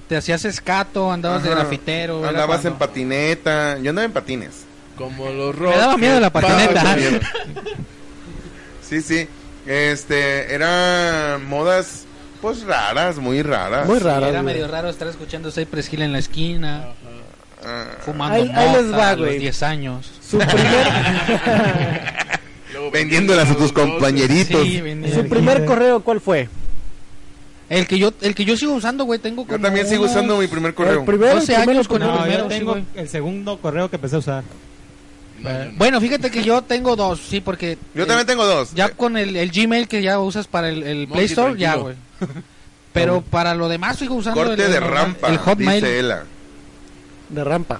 S6: Te hacías escato, andabas de
S2: Ajá.
S6: grafitero. era
S2: Andabas en
S6: cuando-
S2: patineta. Yo andaba en patines.
S4: Como los
S6: Me daba miedo la patineta.
S2: Sí, sí. Este, eran modas, pues raras, muy raras.
S1: Muy
S6: Sí,
S1: raras.
S6: era
S1: güey.
S6: medio raro estar escuchando Cypress Hill en la esquina,
S2: Ah,
S6: fumando
S1: Ahí- ahí
S6: mota
S1: les va,
S6: a los
S1: güey.
S6: 10 años.
S1: Su primer,
S2: vendiéndolas a tus compañeritos.
S6: Sí, venía.
S1: su primer correo, ¿cuál fue?
S6: El que yo el que yo sigo usando, güey, tengo como
S2: Yo también sigo usando
S6: unos-
S2: mi primer correo.
S1: El primero, el
S6: 12
S1: primero,
S6: años
S1: el
S6: con
S1: primero.
S6: el
S5: No, yo
S6: primero, sí,
S5: tengo
S6: güey.
S5: el segundo correo que empecé a usar.
S6: Bueno, fíjate que yo tengo dos, sí, porque
S2: Yo
S6: eh,
S2: también tengo dos.
S6: ya con el, el Gmail que ya usas para el, el Play
S4: Monty,
S6: Store, ya, güey.
S4: tranquilo.
S6: Pero para lo demás sigo usando el,
S2: Corte de
S6: el-
S2: rampa,
S6: el Hotmail.
S2: dice Ela.
S1: De rampa.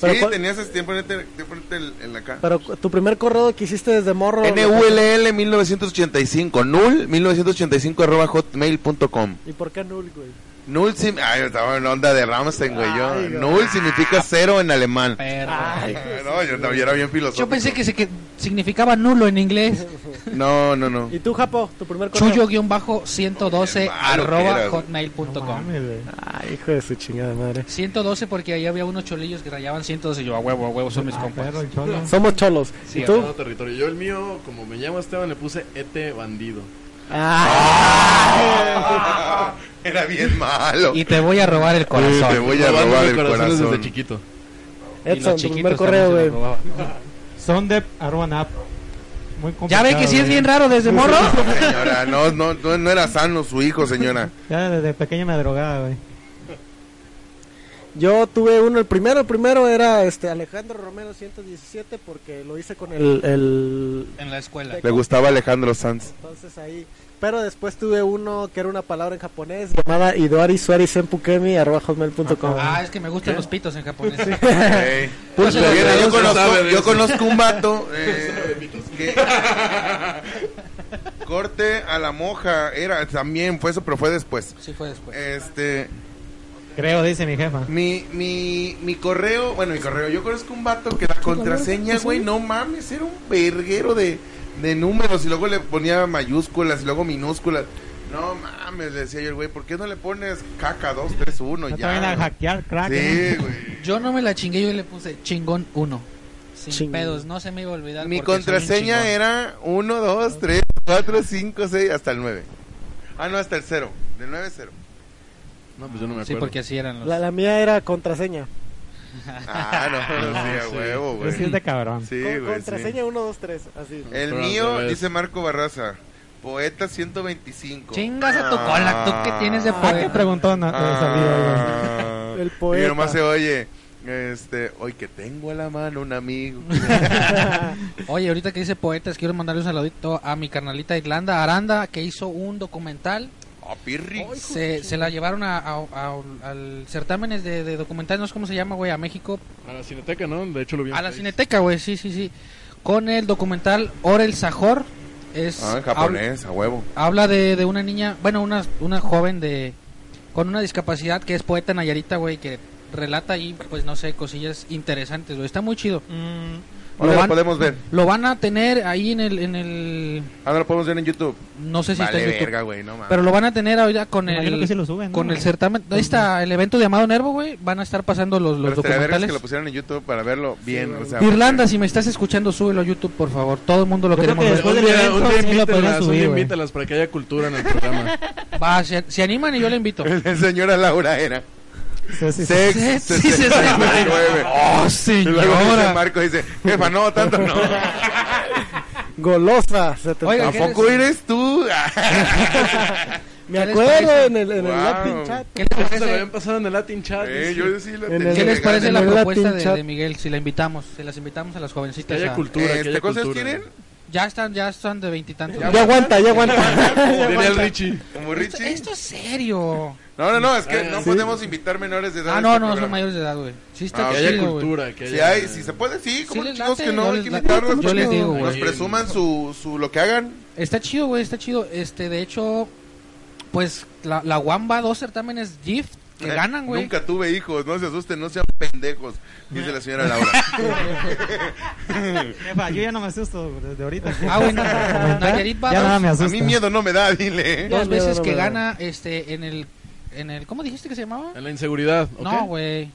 S1: Pero
S2: Sí,
S1: cuál-
S2: tenías ese tiempo en, el- tiempo en el- en la cara.
S1: Pero cu- tu primer correo que hiciste desde morro.
S2: NULL 1985, null 1985 arroba hotmail.com.
S1: ¿Y por qué null, güey?
S2: Null sim- Ay, estaba en onda de Ramstein, güey. yo.
S1: Ay, güey.
S2: Null significa cero en alemán.
S6: Perro.
S2: Ah, no, yo, no, yo era bien filosófico.
S6: yo pensé que, se- que significaba nulo en inglés.
S2: No, no, no.
S1: ¿Y tú, Japo? ¿Tu primer correo?
S6: Chuyo-112
S2: Qué malo que
S6: arroba
S2: eras, güey.
S5: No
S6: hotmail.com.
S5: mames, güey.
S1: Ay, hijo de su chingada madre.
S6: 112 porque ahí había unos cholillos que rayaban 112 y yo a huevo, a huevo son mis
S5: Ah,
S6: compas.
S5: perro, el cholo.
S1: Somos cholos.
S6: Sí,
S1: ¿Y tú?
S4: Todo territorio. Yo el mío, como me llamo Esteban, le puse ET bandido.
S1: Ah,
S2: Era bien malo.
S6: Y te voy a robar el
S2: Sí, te
S6: corazón.
S2: voy a
S4: Robando
S2: robar
S4: mi
S2: el
S4: corazón
S2: corazón.
S4: desde chiquito.
S6: Y los
S1: Edson, tu
S6: chiquitos
S1: primer correo,
S6: también se
S1: güey.
S6: los robaban.
S5: Sondep arroba nap. Muy
S6: Ya
S5: complicado,
S6: ve que sí es
S5: güey.
S6: bien raro desde morro.
S2: Señora, no, no, no, no era sano su hijo, señora.
S5: Ya desde pequeño me drogaba, güey.
S1: Yo tuve uno, el primero, el primero era este Alejandro Romero 117 porque lo hice con el, el-
S6: En la escuela.
S2: Le gustaba Alejandro Sanz.
S1: entonces ahí. Pero después tuve uno que era una palabra en japonés llamada Idoari Suari Senpukemi arroba hotmail.com.
S6: Ah, es que me gustan los pitos en japonés.
S2: Ey.
S1: Pues,
S2: Yo- yo,
S4: no se
S2: conozco,
S4: sabe de
S2: yo
S4: eso.
S2: conozco un vato eh, que corte a la moja era también fue eso pero fue después
S6: Sí fue después.
S2: este
S5: Creo, dice mi jefa.
S2: mi, mi, mi correo bueno mi correo yo conozco un vato que la contraseña güey no mames era un verguero de, de números y luego le ponía mayúsculas y luego minúsculas no mames le decía yo güey por qué no le pones caca 231
S5: No te vayan a
S2: ya
S5: hackear, crack. ¿eh?
S2: sí güey
S6: Yo no me la chingué, yo le puse chingón 1. Sin
S1: Chingón.
S6: pedos, no se me iba a olvidar.
S2: Mi
S6: porque soy un chingón.
S2: contraseña era 1, 2, 3, 4, 5, 6, hasta el 9. Ah, no, hasta el 0. Del 9, 0.
S4: No, pues yo no me acuerdo.
S6: Sí, porque así eran los.
S1: La, la mía era contraseña.
S2: Ah, no, no, sí, a
S4: sí.
S2: huevo,
S5: Pero sí es
S2: güey.
S5: de cabrón.
S2: Sí,
S1: Con-
S2: güey. sí.
S1: contraseña 1, 2, 3, así.
S2: El
S4: Pero al
S2: mío,
S4: revés.
S2: dice Marco Barraza, poeta 125.
S6: Chingas a tu cola, tú que tienes de
S5: Ah, qué
S6: poeta.
S5: preguntó no,
S2: Ah,
S1: El
S2: Y
S1: poeta.
S2: nomás se oye, este, hoy que tengo a la mano un amigo.
S6: Oye, ahorita que dice poetas, quiero mandarle un saludito a mi carnalita de Irlanda, Aranda, que hizo un documental
S2: Ah, pirri.
S6: Se, se la llevaron a, a- a- al certámenes de, de documentales, no sé cómo se llama, güey, a México.
S4: A la Cineteca, ¿no? De hecho lo vi. en
S6: A la
S4: Face.
S6: Cineteca, güey, sí, sí, sí. Con el documental Orel Sajor. Es,
S2: Ah, en japonés, a huevo.
S6: Habla de, de una niña, bueno, una, una joven de con una discapacidad que es poeta nayarita, güey, que relata ahí, pues no sé, cosillas interesantes, güey. Está muy chido.
S2: Mm. Ahora lo podemos ver.
S6: Lo van a tener ahí en el, en el,
S2: Ahora lo podemos ver en YouTube.
S6: no sé si
S2: vale
S6: Este está en YouTube,
S2: verga, güey, no mames.
S6: pero lo van a tener ahorita con
S5: Imagino
S6: el,
S5: que sí lo suben, ¿no?
S6: con el certamen, ahí está el evento de Amado Nervo, güey. Van a estar pasando los, los
S2: Pero estaría vergas
S6: documentales.
S2: que lo pusieran en YouTube para verlo bien. o sea,
S6: Irlanda, si me estás escuchando, súbelo a YouTube, por favor. Todo el mundo lo
S5: Yo creo
S6: queremos
S5: que
S6: ver.
S5: después
S4: Un
S5: del
S4: día,
S5: evento
S4: un día
S5: sí lo podrían
S4: invítalas, un día
S5: subir, güey.
S4: invítalas para que haya cultura en el programa.
S6: Va, se, se animan y yo le invito.
S2: porque- La señora Laura era.
S5: Sí, sí, sí.
S2: Sex.
S6: Sí, sí,
S2: 69.
S6: ¡Oh,
S2: Y luego dice
S6: señora!
S2: Marco dice, jefa, no, tanto no.
S1: Golosa. se te-
S6: Oiga,
S2: ¿A
S6: ¿qué
S2: poco
S6: eres?
S2: eres tú?
S1: me
S6: ¿qué les
S1: acuerdo
S6: parece?
S1: en el, en el
S2: Wow.
S1: Latin chat.
S6: ¿Qué les
S4: Eso se lo
S6: parece?
S4: habían pasado en el Latin Chat.
S2: Eh,
S4: dice,
S2: yo sí la
S1: ¿Qué
S2: tenía
S6: ¿Qué les
S2: legal.
S6: parece
S1: En
S6: la
S1: el
S6: propuesta
S1: Latin
S6: de,
S1: Chat.
S6: de Miguel? Si la invitamos, si las invitamos a las
S4: Que
S6: jovencitas.
S4: haya
S6: a-
S4: cultura, que
S2: Este,
S4: haya
S2: ¿Cuántos
S4: cultura.
S2: tienen?
S6: Ya están, ya están de veintitantos.
S1: Ya aguanta, ya aguanta.
S4: Diría el Richie.
S2: ¿Como
S6: Esto,
S2: Richie?
S6: esto es serio.
S2: No, no, no, es que
S4: Ah,
S2: no
S4: sí.
S2: podemos invitar menores de edad. a
S6: Ah,
S2: este
S6: no, no, son
S2: programa.
S6: mayores de edad, güey. Sí
S2: Ah,
S6: está
S4: Que
S2: ok.
S4: haya
S6: chido, güey.
S4: cultura, que haya...
S2: Si hay, si se puede, sí, como
S6: les
S2: chicos
S6: late,
S2: que no,
S6: yo
S2: hay
S6: les
S2: que
S6: late.
S2: invitarlos.
S6: Yo les
S2: porque
S6: digo, güey.
S2: Nos presuman su, su, lo que hagan.
S6: Está chido, güey, está chido. Este, de hecho, pues la, la UAM va a dos certámenes GIF que
S2: Eh,
S6: ganan, güey.
S2: Nunca tuve hijos, no se asusten, no sean pendejos, dice la señora Laura.
S5: Jefa, yo ya no me asusto desde ahorita.
S6: Ah, bueno,
S5: Comentar,
S6: Nayarit va
S5: Ya
S6: a
S5: nada
S6: dos-
S5: me
S2: A
S5: asusta.
S2: mí miedo no me da, dile. ¿eh?
S6: Dos
S1: No, no,
S6: veces
S1: no,
S6: que
S1: no.
S6: gana, este, en el, en el, ¿cómo dijiste que se llamaba?
S4: En la inseguridad, ¿ok?
S6: No, güey.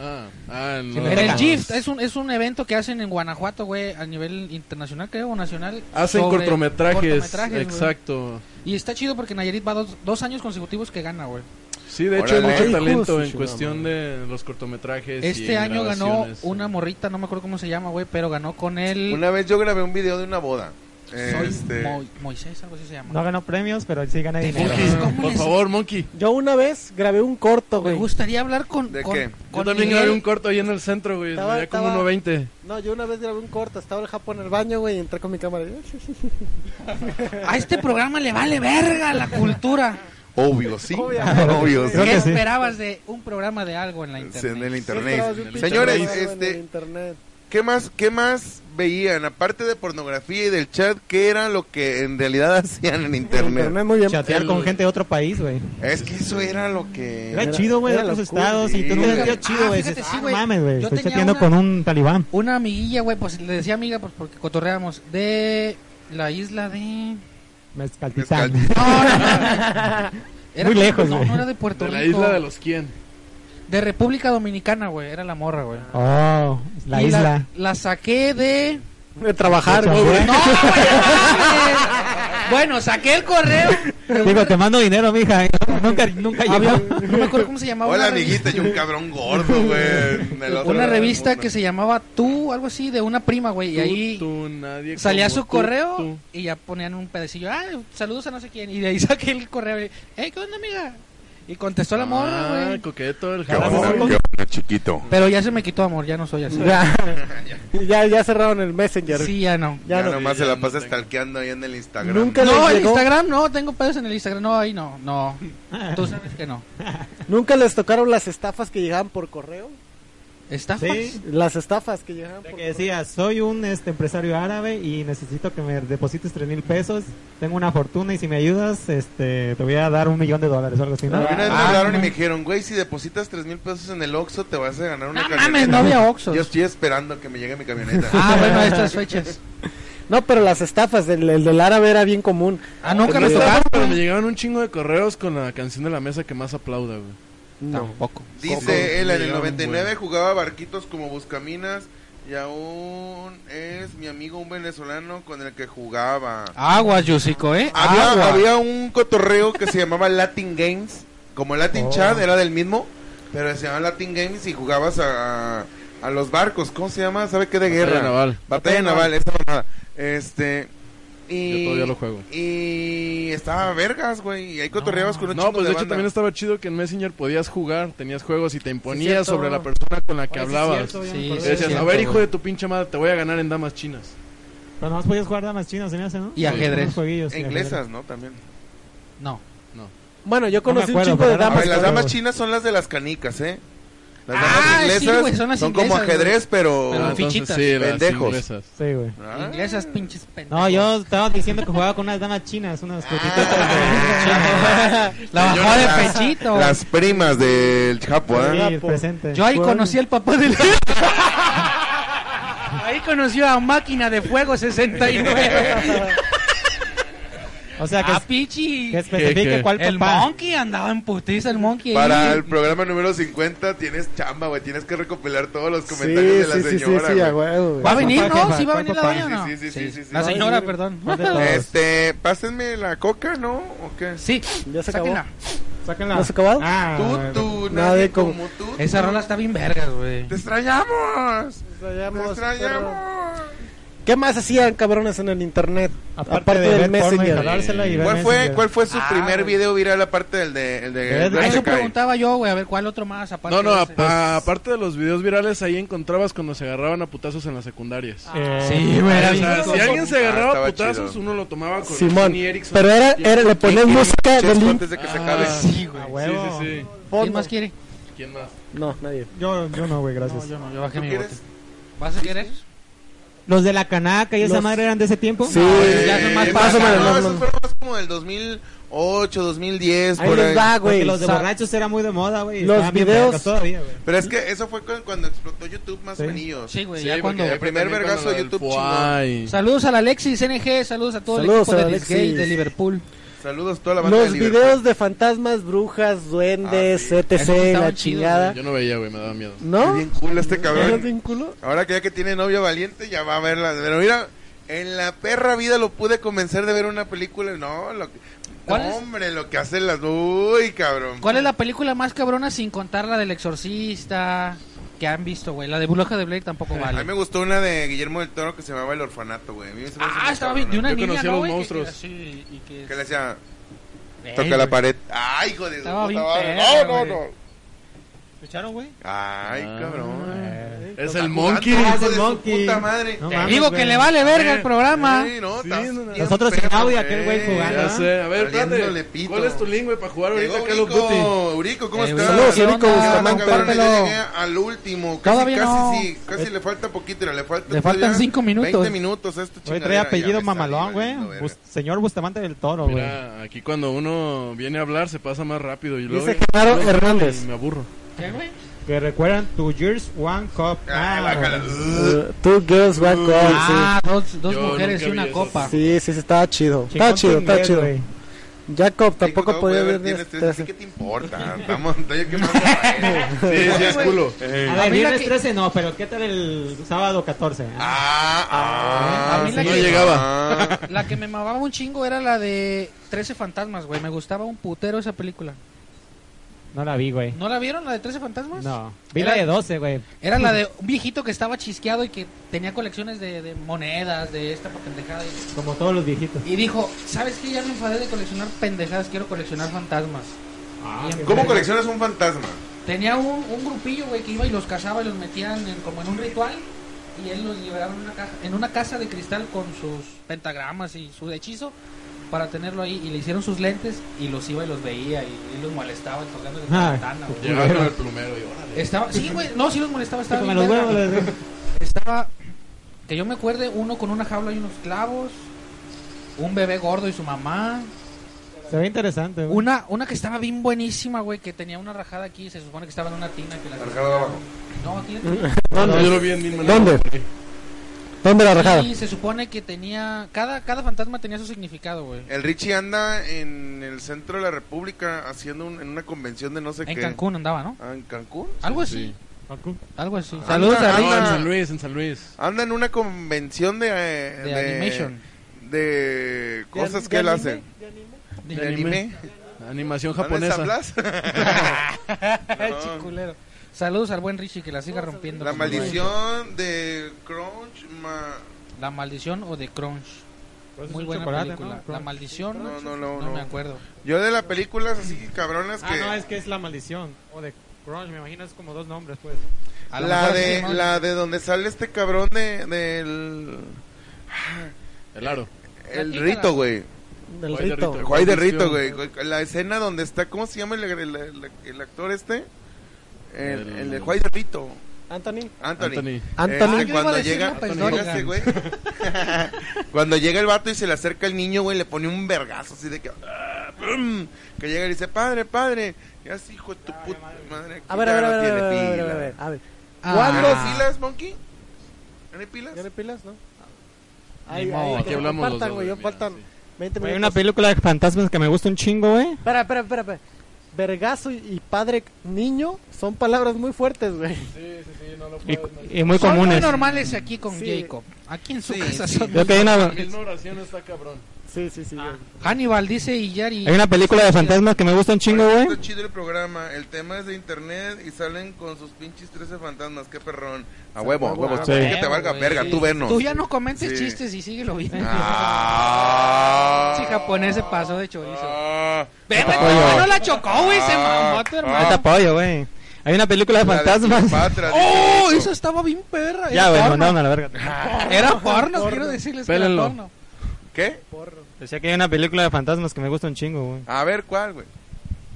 S4: Ah, ah, no.
S6: En el GIF es un, es un evento que hacen en Guanajuato, güey, a nivel internacional, creo, o nacional.
S4: Hacen
S6: sobre
S4: cortometrajes,
S6: cortometrajes, güey.
S4: exacto.
S6: Y está chido porque Nayarit va dos, dos años consecutivos que gana, güey.
S4: Sí, de hecho hay
S2: Órale.
S4: mucho
S1: Hijos de
S4: talento en
S1: chingada
S4: cuestión de los cortometrajes. y
S6: Este año ganó
S4: grabaciones.
S6: una morrita, no me acuerdo cómo se llama, güey, pero ganó con el...
S2: Una vez yo grabé un video de una boda.
S6: Soy
S2: Este,
S6: Mo- Moisés, algo así se llama.
S5: No ganó premios, pero sí gané dinero.
S4: Monkey,
S6: ¿Cómo
S4: por
S6: les-
S4: favor, Monkey.
S1: Yo una vez grabé un corto,
S6: Me
S1: güey.
S6: gustaría hablar con.
S2: ¿De
S6: con,
S2: qué?
S4: Yo
S6: con
S4: también
S6: Miguel.
S4: grabé un corto ahí en el centro, güey.
S1: Estaba-
S4: Tenía como
S1: estaba-
S4: 1.20.
S1: No, yo una vez grabé un corto. Estaba el Japón en el baño, güey, y entré con mi cámara.
S6: A este programa le vale verga la cultura.
S2: obvio, sí.
S1: Obviamente.
S2: Obvio, sí.
S5: Creo
S6: ¿Qué
S5: que sí.
S6: esperabas de un programa de algo en la
S2: Sí, En el
S6: internet?
S2: internet.
S4: el
S2: Señores,
S1: Señores,
S2: este,
S1: internet.
S2: ¿Qué más, ¿Qué más veían? Aparte de pornografía y del chat, ¿qué era lo que en realidad hacían en
S1: Internet
S2: internet?
S1: muy bien.
S5: Chatear con gente de otro país, güey.
S2: Es que eso era lo que...
S5: Era
S1: Era-
S5: chido, güey, de
S1: era
S5: otros
S1: locura,
S5: estados.
S2: sí.
S5: Y tú no
S2: Nunca-
S5: era
S6: Ah,
S5: chido, güey.
S6: fíjate,
S5: dices,
S6: sí,
S5: ah, no
S6: güey.
S5: mames, güey.
S6: Yo
S5: Estoy
S6: tenía
S5: chateando
S6: una-
S5: con un talibán.
S6: Una amiguilla, güey, pues le decía amiga, pues porque cotorreamos. De la isla de.
S5: Mezcaltitán.
S2: Mezcaltitán.
S6: No, no, no, no. Era-
S5: Muy lejos,
S6: no,
S5: güey.
S6: no era de Puerto
S4: De la
S6: Rico.
S4: isla de los quién.
S6: De República Dominicana, güey. Era la morra, güey.
S5: Oh, la
S6: Y
S5: isla.
S6: La, saqué de.
S1: De trabajar,
S5: De
S1: güey.
S5: chambear.
S6: ¡No, güey! Bueno, saqué el correo. de una
S5: Digo, te mando dinero, mija. ¿eh? Nunca, nunca
S6: Había-
S5: llegó.
S6: no me acuerdo cómo se llamaba.
S2: Hola,
S6: una revi-
S2: amiguita, y un cabrón gordo, güey. del otro
S6: Una
S2: lado del
S6: revista
S2: mundo.
S6: que se llamaba Tú, algo así, de una prima, güey. Y
S4: Tú,
S6: ahí
S4: tú, nadie
S6: salía
S4: como
S6: su
S4: tú,
S6: correo
S4: tú.
S6: y ya ponían un pedacillo. Ah, saludos a no sé quién. Y de ahí saqué el correo. Y, hey, ¿qué onda, amiga? Y contestó la morra,
S4: Ah,
S6: güey.
S4: coqueto el
S2: ¿Qué onda,
S4: cabrón.
S2: qué onda, chiquito?
S6: Pero ya se me quitó amor, ya no soy así.
S1: Ya. ya, ya cerraron el Messenger.
S6: Sí, ya no.
S1: Ya
S2: Ya,
S1: no.
S2: nomás
S4: Sí, ya
S2: se la
S4: no
S2: pasa
S4: tengo.
S2: stalkeando ahí en el Instagram.
S1: Nunca-
S6: No,
S1: les
S6: el
S1: llegó?
S6: Instagram no, tengo pedos en el Instagram. No, ahí no, no. Tú sabes que no.
S1: Nunca les tocaron las estafas que llegaban por correo.
S6: ¿Estafas?
S5: Sí.
S1: Las estafas que llegaban por
S5: Que decía, soy un este, empresario árabe y necesito que me deposites tres mil pesos. Tengo una fortuna y si me ayudas, este, te voy a dar un millón de dólares o algo así,
S2: A
S5: ¿no?
S2: mí una vez me
S5: Ah,
S2: hablaron y
S5: no.
S2: me dijeron, güey, si depositas tres mil pesos en el Oxxo te vas a ganar una
S6: No
S2: camioneta.
S6: mames, no había Oxxos.
S2: Yo estoy esperando que me llegue mi camioneta.
S6: Ah, bueno, a estas fechas.
S1: No, pero las estafas, el, el del árabe era bien común.
S6: Ah, nunca
S4: Me
S6: me
S4: estaba-
S6: tocaron.
S4: pero me llegaron un chingo de correos con la canción de la mesa que más aplauda, güey.
S6: Tampoco.
S2: Dice él, en el
S4: Llegaron,
S2: 99
S4: güey.
S2: jugaba barquitos como buscaminas y aún es mi amigo un venezolano con el que jugaba.
S6: Agua, Yusico, ¿eh?
S2: Había,
S6: Agua.
S2: había un cotorreo que se llamaba Latin Games. Como Latin
S5: Oh.
S2: Chat era del mismo, pero se llamaba Latin Games y jugabas a, a- a los barcos. ¿Cómo se llama? ¿Sabe qué de
S4: Batalla
S2: guerra?
S4: naval.
S2: Batalla naval, esa mamada. Este. Y,
S4: Yo todavía lo juego.
S2: Y estaba vergas, güey. Y ahí cotorreabas con un
S4: No,
S2: chingo
S4: pues de
S2: de
S4: hecho
S2: banda.
S4: también estaba chido que en Messenger podías jugar, tenías juegos y te imponías
S1: cierto.
S4: sobre la persona con la que
S5: Oye, sí es
S4: hablabas.
S5: cierto, ya me
S6: Sí,
S5: acordé.
S4: Y decías,
S6: cierto,
S4: a ver, hijo
S6: güey.
S4: de tu pinche madre, te voy a ganar en damas chinas.
S5: Pero nomás podías jugar damas chinas, se me hace, ¿no?
S6: Y ajedrez.
S5: Unos jueguillos,
S2: E
S5: y
S2: inglesas, ¿no? También.
S6: No.
S4: No.
S1: Bueno, yo conocí
S5: acuerdo,
S1: un chico de
S5: pero
S2: A
S5: era-
S1: damas.
S2: ver, las
S5: claro.
S2: damas chinas son las de las canicas, ¿eh? Las damas
S6: Ah, sí,
S2: inglesas
S6: güey,
S2: son,
S6: son las
S2: como
S6: inglesas,
S2: ajedrez, pero...
S6: Pero en fin. fichitas.
S4: Ah, sí, las
S2: Pendejos.
S4: inglesas.
S5: Sí, güey.
S2: Ah.
S6: Inglesas pinches pendejos.
S7: No, yo estaba diciendo que jugaba con unas damas chinas, unas putitas
S6: La bajó de pechito.
S2: Las primas del Chapo, ¿eh?
S7: de presente.
S6: Yo ahí
S5: Bueno.
S6: conocí al papá del. ahí conoció a Máquina de Fuego 69.
S7: O sea, que,
S6: a Pichi.
S7: que especifique
S4: qué?
S7: cuál
S6: Ah, El
S7: papá.
S6: Monkey andaba en putiza, el Monkey. ahí.
S2: Para el programa número 50 tienes chamba, güey. Tienes que recopilar todos los
S1: Sí,
S2: comentarios de la
S1: sí, sí, sí,
S2: señora,
S1: sí,
S2: güey.
S1: a huevo,
S6: ¿Va a
S1: güey.
S6: venir,
S7: papá,
S6: no? ¿Sí va a
S7: papá,
S6: venir la
S7: papá.
S6: doña o no?
S2: Sí, sí, sí, sí, sí,
S6: La
S2: sí.
S6: señora, perdón.
S2: Este, pásenme la coca, ¿no? ¿O qué?
S6: Sí,
S1: Ya se acabó.
S6: sáquenla.
S7: Sáquenla.
S1: ¿No has acabado?
S7: Ah,
S2: Tú, tú,
S1: Nada
S2: nadie
S1: de como-
S2: como tú.
S6: Esa
S2: tú.
S6: rola está bien vergas, güey.
S2: ¡Te extrañamos! ¡Te
S1: Ensayamos, perro.
S2: extrañamos!
S1: ¿Qué más hacían cabrones en el internet?
S7: Aparte, de
S1: del
S7: ver porno y
S1: Messenger.
S7: jalársela y ver
S2: ¿Cuál fue,
S7: Messenger.
S2: ¿Cuál fue su
S6: Ah,
S2: primer
S6: güey.
S2: video viral aparte del de... El de
S1: Eh,
S7: ¿Ves?
S2: el de
S6: Ah, Eso
S2: Sekai?
S6: preguntaba yo, güey. A ver, ¿cuál otro más? Aparte
S4: No, no,
S6: de
S4: a-
S6: ese?
S4: a- aparte de los videos virales, ahí encontrabas cuando se agarraban a putazos en las secundarias.
S1: Ah,
S7: Eh,
S6: Sí, güey. era
S4: O
S6: bien
S4: sea,
S6: loco.
S4: si alguien se agarraba
S2: Ah,
S4: a
S2: estaba
S4: putazos,
S2: chido.
S4: uno lo tomaba con
S1: Simón.
S4: Sony Ericsson.
S1: Pero era, era le
S2: Y-
S1: pones
S2: y
S1: música de
S2: Chesco
S1: Link.
S2: antes de que se acabe.
S6: Sí, güey.
S7: a
S4: Sí,
S7: huevo.
S4: sí, sí.
S6: ¿Quién más quiere?
S4: ¿Quién más?
S1: No, nadie.
S5: Yo, yo no, güey, gracias.
S6: No, yo no, yo bajé
S2: ¿Tú
S6: mi bote.
S2: quieres?
S6: ¿Vas a querer?
S7: Los de la canaca y esa
S1: Los-
S7: madre eran de ese tiempo.
S1: Sí.
S2: Eh,
S6: ya son más
S2: más
S6: para
S2: o
S6: acá,
S2: menos,
S6: ¿no?
S2: no, esos fueron más como del 2008, 2010,
S1: Ahí
S2: por ahí.
S1: les va,
S7: Porque
S1: güey.
S7: los de
S1: Sa-
S7: borrachos era muy de moda, güey.
S1: Los
S7: Estaban bien
S1: videos-
S7: vergas todavía, güey.
S2: Pero es que eso fue cu- cuando explotó YouTube más
S7: Sí.
S2: venillos.
S6: Sí, güey,
S4: Sí,
S6: ya
S4: porque
S6: cuando...
S2: El primer
S4: también
S2: vergazo
S4: cuando
S2: de YouTube
S4: el Fuay.
S6: Saludos al Alexis NG, saludos a todo
S1: Saludos
S6: el
S1: al
S6: equipo de Disgay
S1: Alexis.
S6: de Liverpool.
S2: Saludos a toda la banda
S1: Los
S2: de Liverpool.
S1: videos de fantasmas, brujas, duendes,
S2: Ah,
S1: etc.
S6: Esos estaban
S1: La
S6: chidos,
S1: chingada.
S4: Yo no veía, güey, me daba miedo.
S2: Qué
S1: ¿No?
S2: bien cool este
S1: ¿No
S2: cabrón.
S1: te culo?
S2: Ahora que ya que tiene novia valiente, ya va a verla. Pero mira, en la perra vida lo pude convencer de ver una película. No, lo que...
S6: ¿Cuál
S2: no,
S6: es?
S2: hombre, lo que hacen las... Uy, cabrón.
S6: ¿Cuál es la película más cabrona sin contar la del exorcista que han visto, güey? La de Bruja de Blake tampoco
S2: A mí me
S6: vale.
S2: gustó una de Guillermo del Toro que se llamaba El Orfanato, güey. A mí me pareció
S6: Ah,
S2: muy
S6: estaba bien,
S2: cabrona.
S6: de una
S4: Yo
S6: niña,
S4: conocí a
S6: ¿no,
S4: los
S6: güey? Que-
S4: monstruos.
S6: que así, y que-
S2: Que le decía,
S6: Ey,
S2: toca la
S6: Eh, güey.
S2: pared. ¡Ay, hijo de su
S6: Estaba
S2: puta
S6: bien
S2: madre! ¡No,
S6: perra,
S2: no,
S6: güey.
S2: no!
S7: ¿Escucharon, güey?
S2: ¡Ay,
S4: Ah.
S2: cabrón!
S4: Es
S2: Está
S4: el
S2: jugando,
S4: monkey.
S2: hijo
S7: Ah, es
S2: de
S7: el
S2: su
S7: monkey.
S2: puta madre!
S7: No
S6: Te
S7: mames,
S6: digo
S7: güey.
S6: que le vale verga el
S4: Eh,
S6: programa.
S2: Sí, no,
S4: Sí,
S2: estás
S4: no, no.
S2: bien
S7: Nosotros sin
S2: perro,
S7: audio, aquel güey jugando.
S4: Ya
S7: Ah,
S4: sé, a ver,
S2: Valiéndole
S4: espérate.
S2: pito.
S4: ¿Cuál es tu link, güey, para jugar ahorita
S2: Llegó
S4: Call of Duty?
S2: Urico, Urico, ¿cómo
S6: Eh,
S2: estás?
S6: güey,
S1: Saludos,
S6: ¿qué
S1: Urico
S6: onda?
S2: Ah,
S1: Bustamante.
S2: no, cabrón, yo
S6: compártelo.
S2: llegué al último. Casi,
S6: Todavía
S2: casi,
S6: no.
S2: sí, casi le falta poquito, le falta
S6: Le faltan
S2: todavía
S6: cinco minutos.
S2: 20 minutos a esto,
S7: Hoy
S2: chingadera.
S7: trae
S2: Ya
S7: apellido
S2: me
S7: mamalón,
S2: salí
S7: güey.
S2: valiendo verga.
S7: Bus- señor Bustamante del Toro, güey.
S4: Mira, aquí cuando uno viene a hablar se pasa más rápido. Y luego,
S1: Dice Genaro
S4: luego-
S1: Hernández.
S4: y Me aburro.
S6: ¿Qué, güey?
S7: Que recuerdan tu Years One Cup.
S5: Ah.
S7: Ah,
S2: Ay, Ah, bájala.
S1: Uh, Two girls, one cup.
S6: Ah, dos, dos
S4: Yo
S6: mujeres y
S4: nunca
S6: una
S4: vi
S6: copa.
S4: esos.
S1: Sí, sí, sí, estaba chido.
S7: Chingón
S1: Estaba chido,
S7: tu
S1: estaba
S7: inglés,
S1: chido.
S7: güey.
S1: Jacob
S2: Sí,
S1: tampoco
S2: no,
S1: podía
S2: güey,
S1: ver
S2: tienes tres, así,
S1: este.
S2: ¿Qué te importa? Estamos, oye, ¿qué más? Sí, sí, es culo.
S7: A
S6: A
S7: ver,
S6: mí la
S7: viernes
S6: que-
S7: 13 no, pero ¿qué tal el sábado 14? Ah,
S2: Ah, ah,
S6: A mí la
S2: sí.
S6: que- No
S4: llegaba.
S2: Ah.
S6: La que me mamaba un chingo era la de 13 fantasmas, güey. Me gustaba un putero esa película.
S7: No la vi, güey.
S6: ¿No la vieron, la de 13 fantasmas?
S7: No. Vi la de 12, güey.
S6: Era la de un viejito que estaba chisqueado y que tenía colecciones de, de monedas, de esta pendejada. Y,
S7: Como todos los viejitos.
S6: y dijo, ¿sabes qué? Ya me enfadé de coleccionar pendejadas, quiero coleccionar fantasmas.
S7: Ah,
S6: Y empezó-
S2: ¿Cómo coleccionas un fantasma?
S6: Tenía un, un grupillo, güey, que iba y los cazaba y los metían en- como en un ritual. Y él los liberaba en una, caja, en una casa de cristal con sus pentagramas y su hechizo para tenerlo ahí. Y le hicieron sus lentes y los iba y los veía y, y los molestaba tocando la
S7: Ah,
S6: ventana, güey.
S4: Llegaba con el plumero y órale.
S6: Estaba, sí, güey, no, sí los molestaba, estaba
S7: Como
S6: bien
S7: los
S6: verga.
S7: huevos. les-
S6: Estaba, que yo me acuerde, uno con una jaula y unos clavos, un bebé gordo y su mamá,
S7: Se ve interesante, güey.
S6: una una que estaba bien buenísima, güey, que tenía una rajada aquí, se supone que estaba en una tina que la
S2: La rajada de abajo.
S6: No, aquí la
S4: No, yo
S1: ¿Dónde?
S4: lo vi en Mil Maneras.
S1: ¿Dónde? ¿Dónde la rajada?
S6: Y se supone que tenía cada cada fantasma tenía su significado, güey.
S2: El Richie anda en el centro de la República haciendo un- en una convención de no sé
S6: En
S2: qué.
S6: Cancún andaba, ¿no?
S2: Ah, en Cancún.
S6: Algo así,
S4: Sí.
S6: algo así.
S2: Ah,
S6: Saludos
S2: anda,
S6: a
S4: No, en
S2: anda.
S6: Rick
S4: San Luis, en San Luis.
S2: Anda en una convención de. eh,
S6: de Animation.
S2: de cosas que él hace. De anime.
S4: Animación
S2: ¿Anda en San
S4: japonesa.
S2: Blas?
S6: Ay,
S2: No.
S6: chiculero. Saludos al buen Richie que la siga rompiendo.
S2: La
S6: con su madre.
S2: maldición de Crunch. ma-
S6: La maldición o de Crunch.
S7: Pues es
S6: Muy
S7: un
S6: buena
S7: chocolate,
S6: película.
S7: ¿no?
S6: La
S7: Crunch.
S6: maldición.
S2: No, no, no, no.
S6: me acuerdo.
S2: Yo de las películas así cabronas que.
S7: Ah, no, es que es la maldición. O de Crunch, me imagino es como dos nombres, pues.
S6: A lo
S2: La
S6: mejor
S2: de,
S6: sí, ¿no?
S2: la de donde sale este cabrón de, del.
S4: El aro.
S2: El
S6: Platícala.
S2: rito, güey.
S1: del
S4: Guay de
S1: rito.
S4: rito.
S2: Guay de Rito, güey. La escena donde está, ¿cómo se llama el, el- el- el actor este? El,
S4: El-
S2: el de Guay de Rito.
S1: Anthony.
S2: Anthony.
S4: Anthony.
S1: Anthony.
S2: Este,
S1: Ah, yo
S6: iba a
S2: cuando
S6: decir
S2: llega,
S6: López
S2: cuando llega este güey. cuando llega el vato y se le acerca el niño, güey, le pone un vergazo así de que. ah, pum, que llega y dice, padre, padre. Y así, hijo de tu puta madre. aquí
S1: A ver, a
S2: ya
S1: ver,
S2: no
S1: a ver, a ver,
S2: tiene
S1: a ver, a
S2: pila.
S1: ver, a ver, a ver.
S2: ¿Tiene
S1: ¿Cuándo
S3: Ah.
S2: pilas, Monkey? ¿Tiene pilas?
S1: ¿Ya le pilas, no?
S3: Ni modo,
S4: aquí hablamos los
S1: faltan,
S4: dos,
S1: güey, ya
S4: mira,
S1: faltan
S4: sí.
S1: 20
S7: Hay
S1: minutos.
S6: pues-
S7: una película de fantasmas que me gusta un chingo, güey.
S1: Espera, espera, espera, espera. Vergazo y- y padre niño son palabras muy fuertes, güey.
S4: Sí, sí, sí, no lo
S7: Y,
S4: puedes meter.
S7: y muy
S6: Son muy
S7: comunes.
S6: normales aquí con
S1: Sí.
S6: Jacob. Aquí en su
S2: Sí,
S6: casa
S2: sí.
S6: son
S7: Creo que hay
S4: La
S7: una,
S4: misma oración está cabrón.
S1: Sí, sí, sí.
S7: Ah,
S1: güey.
S6: Hannibal dice y Yari.
S7: hay una película de fantasmas que me gusta un chingo,
S2: Oye,
S7: güey.
S2: Está chido el programa. El tema es de internet y salen con sus pinches 13 fantasmas. Qué perrón. A huevo, a huevo.
S7: Sí.
S2: Que te valga
S6: güey,
S2: verga,
S6: sí.
S2: tú venos.
S6: Tú ya no comentes
S2: Sí.
S6: chistes y síguelo viendo.
S2: Ah.
S6: Sí, japonés se pasó de chorizo.
S2: Ah.
S6: Veme
S2: Ah.
S6: cómo no la chocó, güey. Se mamó tu
S2: Ah.
S7: Ahí
S6: hermano.
S7: está pollo, güey. Hay una película de
S2: La de
S7: fantasmas.
S2: Cleopatra,
S6: ¡Oh!
S2: dice eso.
S6: Esa estaba bien perra.
S7: Ya, güey,
S6: era
S7: mandaron
S6: porno.
S7: a la verga.
S2: Ah.
S6: Era porno, quiero decirles que era
S4: Pélenlo.
S6: porno.
S2: ¿Qué?
S7: Decía que hay una película de fantasmas que me gusta un chingo, güey.
S2: A ver, ¿cuál, güey?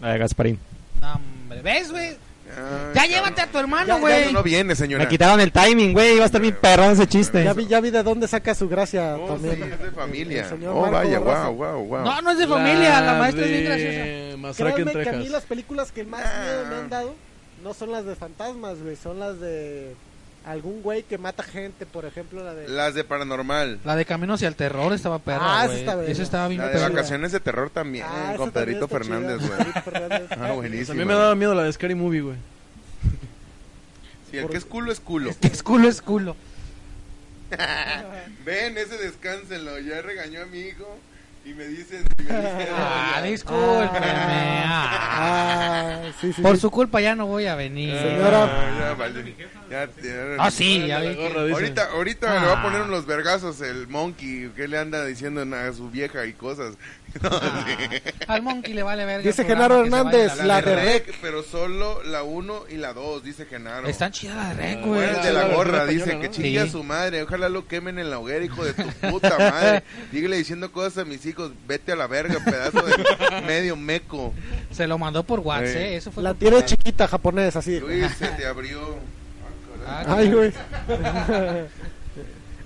S7: La de Gasparín.
S6: No, hombre. ¿Ves, güey?
S2: Ay,
S6: Ya
S2: cabrón.
S6: llévate a tu hermano,
S2: Ya, ya
S6: güey.
S2: no viene, señora.
S7: Me quitaron el timing, güey. Iba a estar bien perrón ese chiste.
S1: Ya vi, ya vi de dónde saca su gracia
S2: Oh, sí,
S1: también.
S2: es de familia.
S1: El señor
S2: Oh,
S1: Marco
S2: vaya,
S1: Barraza.
S2: wow, wow, wow.
S6: No, no es de familia. La maestra es bien graciosa.
S4: de Masacre en
S1: Créanme que a mí
S4: Texas.
S1: las películas que más miedo me han dado no son las de fantasmas, güey, son las de algún güey que mata gente, por ejemplo, la de...
S2: Las de paranormal.
S6: La de Camino hacia el Terror estaba perra,
S1: Ah, esa
S6: güey.
S1: está buena.
S6: Esa estaba bien
S2: La de
S6: perra.
S2: vacaciones de terror también,
S1: Ah,
S2: con
S1: esa también
S2: Pedrito
S1: está
S2: Fernández,
S1: chida,
S2: güey.
S1: Pedrito Fernández.
S2: Ah, buenísimo.
S4: A mí me daba miedo la de Scary Movie, güey.
S2: Sí, el que es culo es culo.
S6: Es culo, es culo.
S2: Ven, ese descánselo. Ya regañó a mi hijo y me dicen. y me dicen-
S6: Ah, discúlpeme. ah.
S1: Ah, sí, sí.
S6: Por
S1: sí.
S6: su culpa ya no voy a venir.
S2: Ah, ya, vale. Ya, ya.
S6: Ah, sí, ya
S4: La
S6: vi.
S4: gorra, dice.
S2: Ahorita, ahorita le va
S6: Ah.
S2: a poner unos vergazos el monkey que le anda diciendo a su vieja y cosas. No, sí.
S6: Al monkey le vale verga.
S1: Dice
S6: el programa,
S1: Genaro
S6: que se
S1: Hernández,
S6: vaya a
S1: la
S2: Ah. La
S1: de
S2: de
S6: verga.
S2: Rec, pero solo la 1 y la 2, dice Genaro.
S6: Están chidas las de Rec,
S2: Bueno,
S6: güey.
S2: el de la
S4: la
S2: gorra,
S4: versión
S2: dice
S4: española,
S2: que
S4: ¿no?
S2: chingue a
S6: Sí.
S2: su madre. Ojalá lo quemen en la hoguera, hijo de tu puta madre. Dígale diciendo cosas a mis hijos. Vete a la verga, pedazo de medio meco.
S6: Se lo mandó por WhatsApp,
S2: Sí.
S6: eh, Eso fue
S1: La
S6: por-
S1: tiene chiquita japonés, así.
S2: Luis, se te abrió.
S6: Ah,
S1: Ay, güey.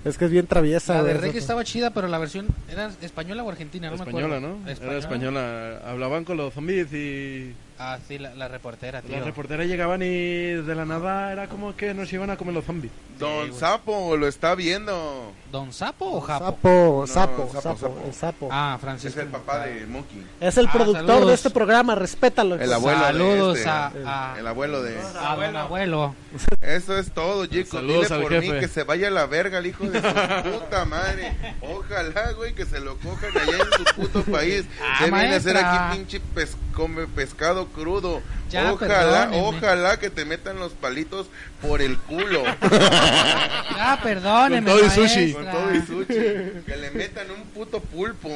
S1: es que es bien traviesa,
S6: La de
S1: güey,
S6: Rec
S1: eso.
S6: estaba chida, pero la versión era española o argentina, no me
S4: española,
S6: acuerdo.
S4: ¿no? Era española. Hablaban con los zombies y
S6: Ah, sí, la, la reportera, tío.
S4: las reporteras llegaban y de la nada era como que nos iban a comer los zombies.
S2: Don
S6: güey.
S2: Sapo lo está viendo.
S6: ¿Don Sapo o Japo?
S1: Sapo,
S2: No,
S1: sapo,
S2: sapo,
S1: sapo,
S2: sapo.
S1: el sapo.
S6: Ah,
S2: Es
S6: Francisco.
S2: el papá de Monkey.
S1: Es el
S6: Ah,
S1: productor
S6: saludos.
S1: de este programa, respétalo.
S2: El abuelo de
S6: Pues Saludos
S2: este,
S6: a- a-
S2: El abuelo de...
S6: Ah, don abuelo.
S2: Eso es todo, Jacob.
S4: Saludos
S2: Dile
S4: al
S2: por mí
S4: jefe.
S2: que se vaya a la verga el hijo de su puta madre. Ojalá, güey, que se lo cojan allá en su puto país.
S6: Ah,
S2: se viene a hacer
S6: maestra.
S2: aquí pinche pes- come pescado crudo.
S6: Ya,
S2: ojalá,
S6: perdónenme.
S2: ojalá que te metan los palitos por el culo.
S6: Ah, perdóneme,
S4: Con todo y sushi.
S2: Con
S6: maestra.
S2: todo y sushi. Que le metan un puto pulpo.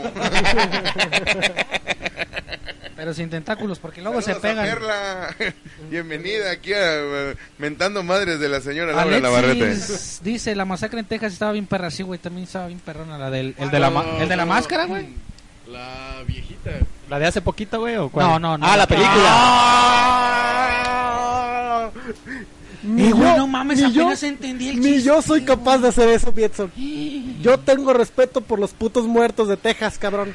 S6: Pero sin tentáculos, porque luego se
S2: Saludos a
S6: pegan.
S2: Perla. Bienvenida aquí a eh, Mentando Madres de la señora Laura Navarrete.
S6: Alexis dice, la masacre en Texas estaba bien perra, sí, güey, también estaba bien perrona la del... El de
S2: Ah,
S6: la, ma- el de la máscara, güey.
S4: La viejita.
S7: ¿La de hace poquito, güey? ¿o
S6: No, no, no.
S7: Ah, la película.
S1: Ni
S6: Ah. Eh, güey,
S1: yo-
S6: no mames,
S1: ni yo-
S6: apenas entendí el
S1: Ni
S6: chiste.
S1: yo soy capaz de hacer eso, Pietzo. Yo tengo respeto por los putos muertos de Texas, cabrón.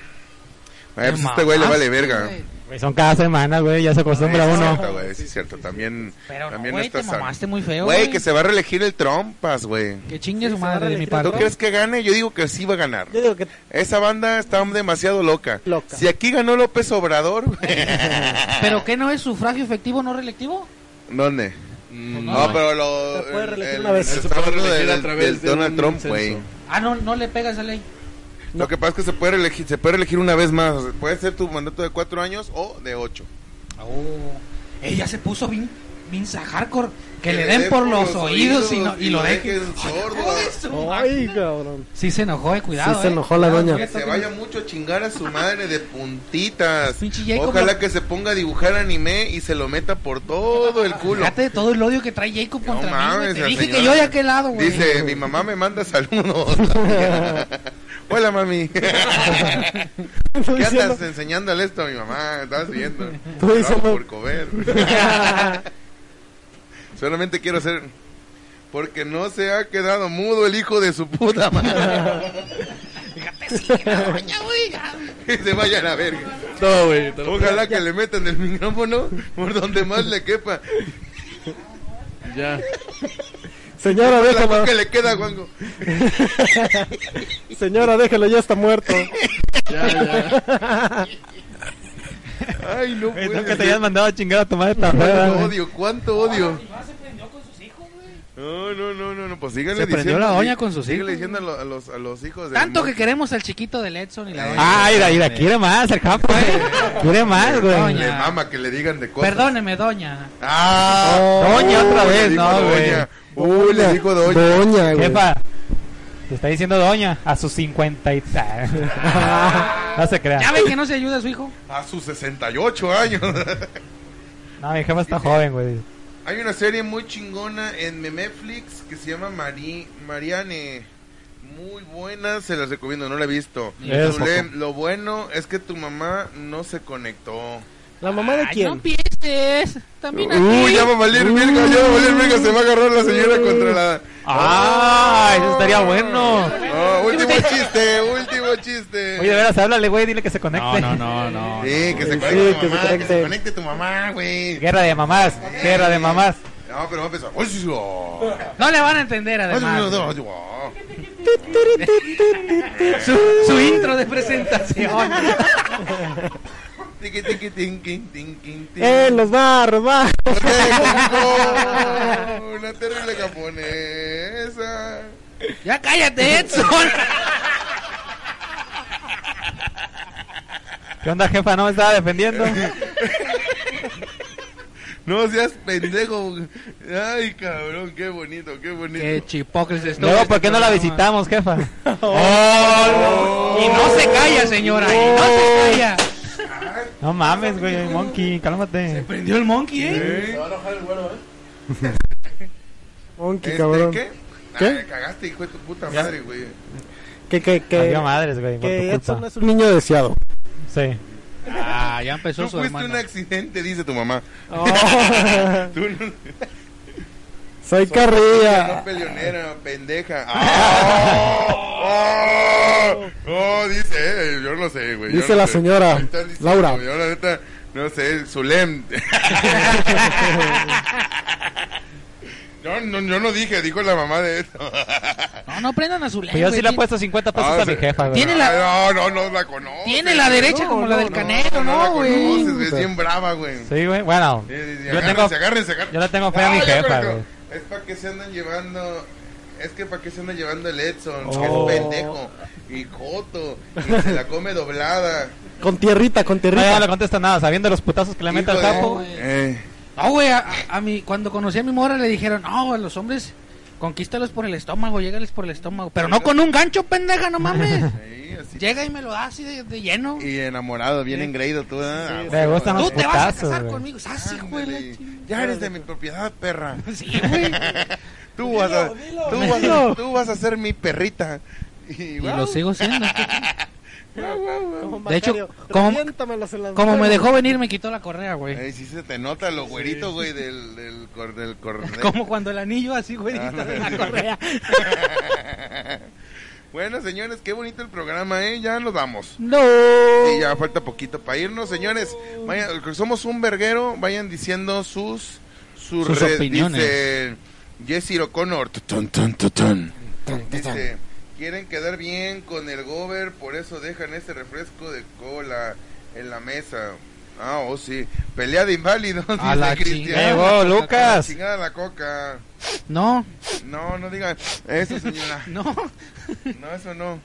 S2: A ver, pues este güey le
S6: Mamaste,
S2: vale verga.
S6: güey.
S7: Güey, son cada semana, güey. Ya se acostumbra
S2: Sí, es
S7: uno.
S2: cierto, Ah, güey, sí, es cierto. También,
S6: Pero no,
S2: también
S6: güey,
S2: está
S6: te
S2: sano.
S6: mamaste muy feo,
S2: Güey,
S6: güey.
S2: que se va a reelegir el Trompas, güey.
S6: Que chingue su
S1: se va a
S6: madre de mi
S1: reelegir
S6: parte.
S2: ¿Tú crees que gane? Yo digo que sí va a ganar.
S1: Yo digo que
S2: Esa banda está demasiado loca.
S1: Loca.
S2: Si aquí ganó López Obrador,
S6: ¿Pero qué no es sufragio efectivo, no reelectivo?
S2: ¿dónde?
S4: Mm,
S2: No, pero lo.
S1: Se puede reelegir
S2: el-
S1: una vez.
S2: se
S4: Se
S2: está
S4: puede
S2: hablando
S4: reelegir
S2: del-
S4: a través
S2: del
S4: de
S2: Donald
S4: un
S2: Trump,
S4: censo.
S2: güey.
S6: Ah, no, no le pega esa ley.
S2: Lo que pasa es que se puede elegir, se puede elegir una vez más. Puede ser tu mandato de cuatro años o de ocho.
S6: Oh, ella se puso bien, bien hardcore. Que le den por los oídos y, no- y lo dejen.
S2: sordo.
S6: Ay, su madre.
S1: Ay, cabrón.
S6: Sí se enojó, eh, cuidado.
S1: Sí se
S6: eh.
S1: enojó la
S6: Cuidado,
S1: doña.
S2: Que
S6: porque
S2: se
S6: toquen-
S2: vaya mucho a chingar a su madre de puntitas.
S6: Pinche Jacob,
S2: Ojalá
S6: lo-
S2: que se ponga a dibujar anime y se lo meta por todo el culo.
S6: Fíjate de todo el odio que trae Jacob
S2: No
S6: contra mí. güey.
S2: mames,
S6: Te
S2: la
S6: dije que
S2: señora.
S6: yo de aquel lado, güey.
S2: Dice, mi mamá me manda saludos. Hola, mami.
S1: Tú
S2: ¿Qué
S1: diciendo-
S2: andas enseñándole esto a mi mamá? Estaba viendo.
S1: Tú
S2: Lo hago
S1: diciendo-
S2: por comer. Solamente quiero ser. Porque no se ha quedado mudo el hijo de su puta madre.
S6: Ah,
S2: Que se vayan a ver.
S4: No, güey. te lo-
S2: Ojalá que le metan el micrófono por donde más le quepa.
S4: Ya.
S1: Señora,
S2: La
S1: déjalo.
S2: que le queda, Juanjo.
S1: Señora, déjalo, ya está muerto.
S4: Ya, ya.
S2: Ay, no
S7: Güey,
S2: puede
S7: nunca te
S2: ser.
S7: hayas mandado a chingar a tu madre tan fea,
S2: ¿Cuánto
S7: güey.
S2: odio? ¿Cuánto odio?
S6: Y más se prendió con sus hijos, güey.
S2: No, no, no, no, no, pues síganle
S3: Se prendió
S2: diciendo.
S3: la
S2: sí,
S3: olla con sus
S2: síganle
S3: hijos.
S2: diciendo a lo- a los, a los hijos de.
S6: Tanto que queremos al chiquito del Edson y la doña.
S7: Ay, la, la quiere más, el Japo, eh. Quiere más, güey.
S6: Doña.
S2: Le mama que le digan de cosas.
S6: Perdóneme, doña.
S2: ¡Ah!
S7: Doña, otra vez,
S2: le dijo
S7: no, güey.
S2: doña. Uy, le dijo doña.
S1: Doña, güey.
S7: Jefa, te está diciendo doña a sus 50 y... No se
S6: ¿Ya
S7: crea.
S6: ven que no se ayuda a su hijo?
S2: A sus 68 años.
S7: No, mi jefa está joven, güey.
S2: Hay una serie muy chingona en Netflix que se llama Mari, Mariane. Muy buena, se las recomiendo, no la he visto.
S7: Es
S2: Zulem, lo bueno es que tu mamá no se conectó.
S1: ¿La mamá de
S6: Ay, no
S1: quién?
S6: empieces. También aquí.
S2: Uy, ya va a valer verga, ya va a valer verga, se va a agarrar la señora contra la...
S7: ¡Ah! Eso estaría bueno.
S2: Ah, último chiste, último chiste.
S7: Oye, de veras, háblale, güey, dile que se conecte.
S4: No, no, no, no.
S2: Sí, que se
S1: Sí, que
S2: conecte tu
S1: se
S2: mamá, que se
S1: conecte.
S2: conecte tu mamá, güey.
S7: Guerra de mamás, guerra de mamás.
S2: No, pero va a empezar. ¡Uy, sí, sí, oh!
S6: No le van a entender,
S2: ¡Uy, sí, sí,
S6: además.
S2: oh! ¡Oh!
S6: Su, su intro de presentación.
S2: Tiqui, tiqui, tinqui, tinqui, tinqui.
S1: En Eh, los barros, barros.
S2: México, Una terrible japonesa.
S6: ya cállate, Edson.
S7: ¿Qué onda, jefa? No me estaba defendiendo.
S2: No seas pendejo. Ay, cabrón, qué bonito, qué bonito.
S6: Qué chipócrita estoy.
S7: Luego, ¿por qué no la visitamos, jefa?
S6: Y no se calla, señora. Y no se calla.
S7: No mames, güey, monkey, cálmate.
S6: Prendió el monkey, ¿eh?
S2: ¿Eh?
S1: Monkey,
S2: Este,
S1: cabrón.
S2: ¿Qué?
S1: ¿Qué?
S2: Ah, cagaste, hijo de tu puta madre, güey.
S1: Que, que, que,
S7: Valió madres, güey, por
S1: que
S7: tu
S1: Edson no
S7: culpa.
S1: es un niño deseado.
S7: Sí.
S6: Ah, ya empezó
S2: Tú
S6: su
S2: fuiste
S6: hermano.
S2: un accidente, dice tu mamá. Tú no,
S1: Soy
S2: no
S1: carrilla.
S2: peleonera, pendeja. ¡Ah! ¡Oh! ¡Oh! dice, eh, yo no sé, güey. yo
S1: Dice
S2: no
S1: la
S2: sé.
S1: señora,
S2: Ahí están diciendo,
S1: Laura.
S2: Yo la neta, no sé, Zulem. yo, no, yo no dije, dijo la mamá de esto.
S6: No, no prendan a su lengua.
S7: Pues yo sí le he
S6: Tien-
S7: puesto 50 pesos
S2: Ah,
S7: a mi
S2: sí.
S7: jefa, güey.
S6: Tiene la,
S2: Ay, no, no, no la conozco.
S6: tiene la derecha
S1: No,
S6: como la
S1: no,
S6: del
S1: no,
S6: canelo,
S2: No la
S6: ¿no, güey?
S2: conoces, es bien brava, güey.
S7: Sí, güey, bueno.
S2: Sí, sí, sí,
S7: Yo
S2: agárrense,
S7: tengo,
S2: agárrense, agárrense.
S7: yo la tengo fe a mi
S2: ya
S7: jefa,
S2: conozco.
S7: güey.
S2: Es para que se andan llevando. Es que para que se andan llevando el Edson,
S7: Oh.
S2: que es pendejo y coto y se la come doblada.
S1: Con tierrita, con
S7: no, ya no le
S1: tierrita.
S7: contesta nada, sabiendo los putazos que le mete
S2: Hijo
S7: al
S2: de-
S7: capo.
S2: Eh,
S6: No, güey, a, a- a mí, cuando conocí a mi mora le dijeron, no, a los hombres, conquístalos por el estómago, llégales por el estómago. Pero no con un gancho, pendeja, no mames.
S2: ahí, así.
S6: Llega y me lo da así de, de lleno.
S2: Y enamorado, bien engreído tú. ¿eh?
S7: Me gustan los
S6: Tú te vas a
S7: putazos,
S6: casar
S7: güey.
S6: conmigo. Sas, hijo de la
S2: Ándale,
S6: chingada.
S2: Ya eres de mi propiedad, perra.
S6: Sí, güey.
S2: Tú vas a, tú vas a, tú vas a ser mi perrita. Y,
S6: Y
S2: guau,
S6: lo sigo siendo.
S2: guau, guau, guau.
S6: De hecho, como- Como me dejó venir, me quitó la correa, güey.
S2: Ay, sí se te nota lo güerito, güey, del, del, cor, del cordel.
S6: Como cuando el anillo así, güey,
S2: Ah,
S6: quitó
S2: no.
S6: la correa.
S2: bueno, señores, qué bonito el programa, ¿eh? Ya nos vamos.
S6: No.
S2: Y ya falta poquito para irnos, señores. Vayan, somos un verguero, vayan diciendo sus sus,
S6: Sus
S2: re-
S6: opiniones.
S2: Dice Jesse O'Connor. tutun, tun, tutun. Dice, quieren quedar bien con el gober, por eso dejan este refresco de cola en la mesa. Ah, oh sí. Pelea de inválidos,
S6: A
S2: dice
S6: la
S2: Cristian.
S6: chingada.
S7: Eh, güey,
S2: La
S7: Lucas.
S2: chingada la coca.
S6: No,
S2: No, no digan eso, señora.
S6: no.
S2: No, eso no.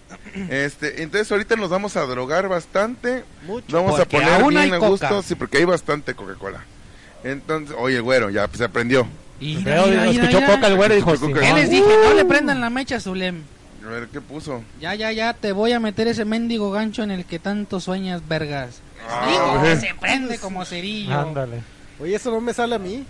S2: Este, entonces ahorita nos vamos a drogar bastante.
S1: Mucho.
S2: Vamos a
S6: Porque
S2: poner
S6: aún hay
S2: bien a gusto,
S6: coca.
S2: sí, porque hay bastante Coca-Cola. Entonces, oye, güero, ya pues, se aprendió.
S6: Y
S7: Veo, escuchó coca el güero y Este dijo,
S2: Escuchó coca.
S6: ¿Qué
S7: Simón.
S6: les dije? No le prendan la mecha, Zulem.
S2: A ver qué puso.
S6: Ya, ya, ya, te voy a meter ese mendigo gancho en el que tanto sueñas, vergas.
S2: Ah,
S6: Digo,
S2: güey.
S6: se prende como cerillo.
S7: Ándale.
S1: Oye, eso no me sale a mí.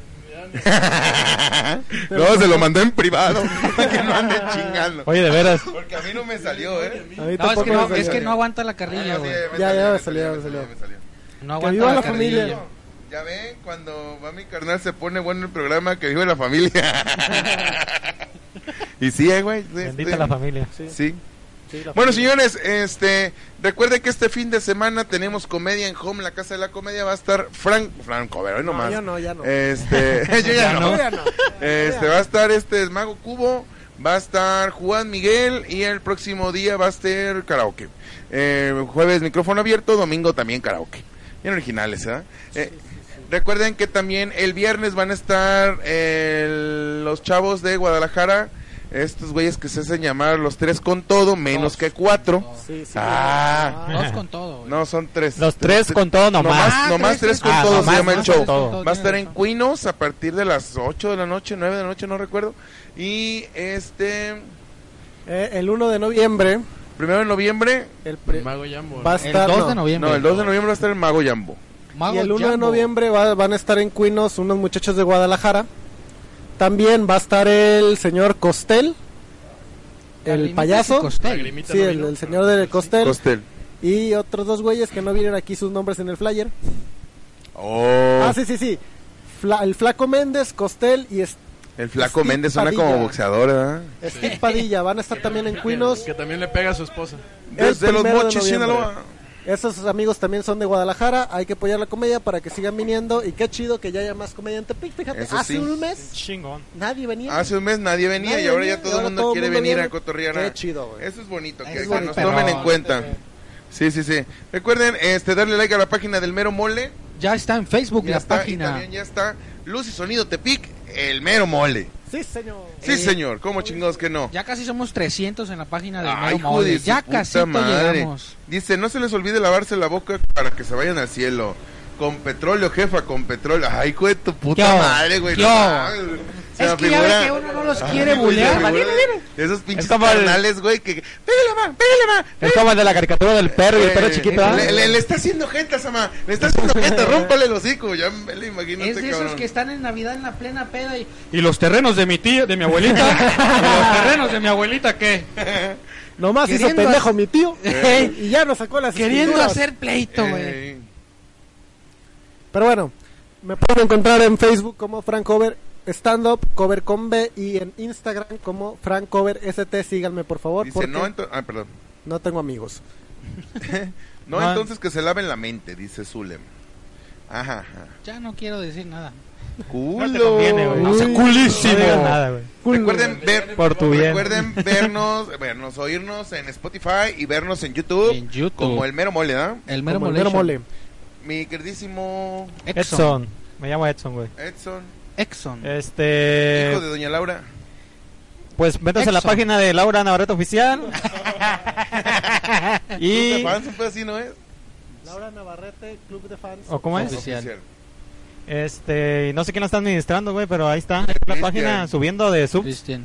S2: no, se lo mandó en privado. para que no ande chingando.
S7: Oye, de veras.
S2: Porque a mí no me salió, ¿eh?
S1: A mí
S6: No, es
S1: tampoco
S6: que
S1: me
S6: no,
S1: salió.
S6: es que no aguanta la carrilla,
S2: Ah, no, sí,
S6: güey.
S2: me
S1: Ya, ya me
S2: salió,
S1: salió, me salió.
S2: me salió.
S6: No
S1: Que
S6: aguanta
S1: viva la
S6: carrilla.
S1: familia.
S2: Ya ven, cuando va mi carnal se pone bueno el programa que vive la familia. y sí, eh, güey. sí,
S7: Bendita
S2: sí.
S7: la familia.
S2: Sí.
S1: Sí, la
S2: Bueno,
S1: familia.
S2: señores, este, recuerden que este fin de semana tenemos comedia en Home, la casa de la comedia va a estar Frank, Franco, pero hoy
S1: No,
S2: nomás.
S1: yo no, ya no.
S2: Este, yo ya, no.
S1: Yo ya no.
S2: Este, va a estar este es Mago Cubo, va a estar Juan Miguel y el próximo día va a ser karaoke. Eh, jueves micrófono abierto, domingo también karaoke. Bien originales, ¿verdad? Eh, Recuerden que también el viernes van a estar eh, los chavos de Guadalajara, estos güeyes que se hacen llamar los tres con todo, menos
S6: Dos.
S2: que cuatro.
S1: Sí, sí.
S2: Ah.
S6: Dos con todo, güey.
S2: No, son tres.
S7: Los tres con todo nomás.
S2: Nomás, nomás tres con
S7: Ah,
S2: todo se
S7: nomás,
S2: llama el
S7: nomás
S2: show.
S7: tres con todo,
S2: Va a estar en
S6: tienes razón.
S2: Cuinos a partir de las 8 de la noche, 9 de la noche, no recuerdo. Y este,
S1: Eh, el 1 de noviembre,
S2: primero de noviembre,
S1: el
S4: El
S1: pre-
S4: mago Jambo.
S1: va a
S4: ¿no?
S3: El
S1: estar,
S3: 2 de
S1: no.
S3: noviembre.
S2: no, el 2 de noviembre va a estar el Mago Jambo.
S1: Y el 1 de noviembre va- van a estar en Cuinos unos muchachos de Guadalajara. También va a estar el señor Costel, el
S6: Lagrimita y
S1: payaso.
S6: Costel.
S4: Lagrimita
S1: Sí,
S4: no
S1: el,
S4: vino.
S1: el señor de Costel.
S2: Costel.
S1: Y otros dos güeyes que no vienen aquí sus nombres en el flyer.
S2: Oh,
S1: Ah, sí, sí, sí. Fla- el Flaco Méndez, Costel y Es-
S2: el flaco
S1: Steve
S2: Méndez suena como
S1: Padilla.
S2: boxeador, ¿verdad?
S1: Steve Padilla. Van a estar también en Cuinos.
S4: Que también le pega a su esposa.
S1: El
S2: Desde los
S1: primero de
S2: mochis,
S1: noviembre.
S2: Sinaloa.
S1: Esos amigos también son de Guadalajara. Hay que apoyar la comedia para que sigan viniendo. Y qué chido que ya haya más comedia en Tepic. Fíjate,
S2: Eso
S1: hace
S2: sí. Ah,
S1: un mes
S7: Chingón.
S1: nadie venía.
S2: Hace un mes nadie venía
S1: Nadie
S2: y ahora
S1: venía,
S2: ya
S1: y
S2: todo el
S1: ahora
S2: mundo
S1: todo
S2: quiere
S1: mundo
S2: venir
S1: viene.
S2: a cotorrear.
S1: Qué chido, güey.
S2: Eso es bonito, que,
S6: Es
S2: que
S6: bonito.
S2: nos tomen en
S6: Perrón.
S2: cuenta. Sí, sí, sí. Recuerden este, darle like a la página del Mero Mole.
S6: Ya está en Facebook
S2: Ya
S6: la
S2: está, Y
S6: página.
S2: también ya está Luz y Sonido Tepic, el Mero Mole.
S1: Sí, señor.
S2: Sí,
S6: Eh,
S2: señor, ¿cómo chingados que no?
S6: Ya casi somos 300 en la página del
S2: Ay,
S6: Mero
S2: hijo de
S6: Mole.
S2: su
S6: Ya
S2: puta
S6: casi
S2: madre.
S6: llegamos.
S2: Dice, no se les olvide lavarse la boca para que se vayan al cielo. Con petróleo, jefa, con petróleo. Ay, hijo de tu puta
S7: ¿Qué hubo?
S2: madre, güey.
S6: ¿Qué
S2: no
S6: hubo?
S2: mames, güey. Se
S6: Es
S2: me
S6: que ya
S2: figura-
S6: ve que uno no los
S2: Ay,
S6: quiere
S2: güey, se me
S6: bulear.
S2: figura
S6: Dile, dile.
S2: de Esos pinches
S7: Es como el-
S2: carnales, güey, que... ¡Pégale, ma! ¡Pégale, ma!
S7: Es como el de la caricatura del perro y el perro
S2: Eh,
S7: chiquito. ¿ah?
S2: Le, le- le está haciendo jeta, Sama. Le está haciendo jeta. Rómpale el hocico. Ya me lo imagino.
S6: Es
S2: este
S6: de esos
S2: cabrón.
S6: que están en Navidad en la plena peda y
S7: Y los terrenos de mi tía, de mi abuelita. ¿Y los terrenos de mi abuelita qué?
S1: Nomás hizo
S6: Queriendo
S1: pendejo
S6: hacer-
S1: mi tío.
S6: Eh.
S1: y ya nos sacó las
S6: queriendo
S1: escrituras.
S6: hacer pleito, güey.
S2: Eh,
S1: Pero bueno, me pueden encontrar en Facebook como Frank Cover Stand Up, Cover con B. Y en Instagram como Frank Cover ST. Síganme, por favor.
S2: Dice,
S1: porque
S2: no,
S1: no,
S2: ento- ah, perdón.
S1: tengo amigos.
S2: No,
S7: No.
S2: entonces que se laven la mente, dice Zulem. Ajá, ajá.
S6: Ya no quiero decir nada.
S2: Culo.
S7: conviene, güey.
S1: No sea
S7: culísimo. No digas nada, güey.
S2: Recuerden ver
S7: Por tu bien.
S2: recuerden vernos, vernos, oírnos en Spotify y vernos en YouTube,
S6: En YouTube.
S2: como el mero mole, ¿ah?
S6: El mero
S1: Como el mero mole.
S2: Mi queridísimo
S6: Exxon.
S7: Edson. Me llamo Edson, güey.
S2: Edson,
S6: Exxon.
S5: Eh.
S7: Este.
S2: hijo de doña Laura.
S7: Pues métanse a la
S6: Exxon.
S7: página de Laura Navarrete Oficial.
S2: ¿Y?
S7: y.
S2: Fans, pues así no es.
S1: Laura Navarrete, Club de Fans.
S7: ¿O cómo es?
S6: Oficial.
S7: Este. No sé quién la está administrando, güey, pero ahí está. La
S2: Cristian.
S7: página subiendo de sub.
S6: Cristian.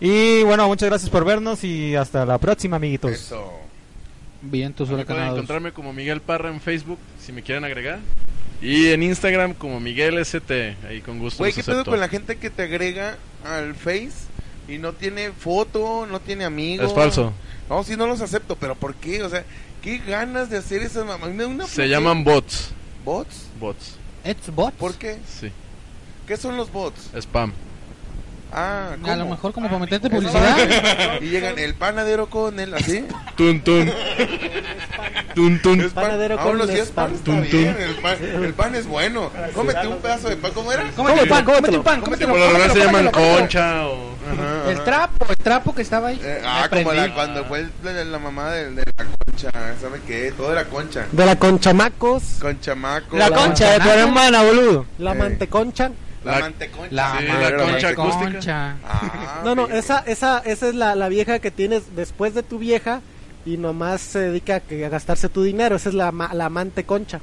S7: Y bueno, muchas gracias por vernos y hasta la próxima, amiguitos.
S2: Eso.
S6: Bien
S1: Pues
S6: tus
S4: Ahí Pueden
S6: huracanados.
S4: encontrarme como Miguel Parra en Facebook, si me quieren agregar. Y en Instagram como Miguel ST, ahí con gusto.
S2: Güey,
S4: los
S2: ¿qué pedo
S4: acepto.
S2: con la gente que te agrega al Face y no tiene foto, no tiene amigos?
S4: Es falso.
S2: No, sí, no los acepto, pero ¿por qué? O sea, ¿qué ganas de hacer esas mamás? A mí me da una
S4: Se
S2: flojera.
S4: llaman bots.
S2: bots.
S4: Bots,
S6: Xbox.
S2: ¿Por qué?
S4: sí.
S2: ¿Qué son los bots?
S4: Spam.
S2: Ah, ¿cómo?
S6: A lo mejor como para meterte publicidad.
S2: Y llegan el panadero con el así.
S4: Tun, tun. tun, tun.
S2: Es
S1: Panadero
S2: pan.
S1: con
S2: Aún los
S1: el
S2: días pan
S1: pan.
S2: está
S4: Tum,
S2: bien,
S4: tum.
S2: El, pan, el pan es bueno. Cómete un pedazo de pan. ¿Cómo era?
S6: Cómete un pan, cómete un pan,
S4: Por
S6: cómetelo,
S4: lo general se
S6: cómetelo,
S4: llaman
S6: cómetelo, cómetelo.
S4: concha o...
S2: Ajá, ajá.
S6: El trapo, el trapo que estaba ahí.
S2: Eh, ah,
S6: Me
S2: como la,
S6: prendí.
S2: cuando fue el- la, la mamá de, de la concha. ¿Sabe qué? Todo era concha.
S1: De la Conchamacos,
S2: Con chamaco.
S7: La concha de tu hermana, boludo.
S1: la
S2: Eh.
S1: Manteconcha.
S2: La
S4: La-
S2: manteconcha.
S6: La
S4: Sí,
S2: Ah,
S4: la
S2: era
S4: concha
S2: manteconcha.
S4: acústica.
S6: Concha.
S2: Ah,
S1: No, no,
S2: fíjate.
S1: esa, esa, esa es la, la vieja que tienes después de tu vieja y nomás se dedica a, que- a gastarse tu dinero. Esa es la, ma- la amante concha.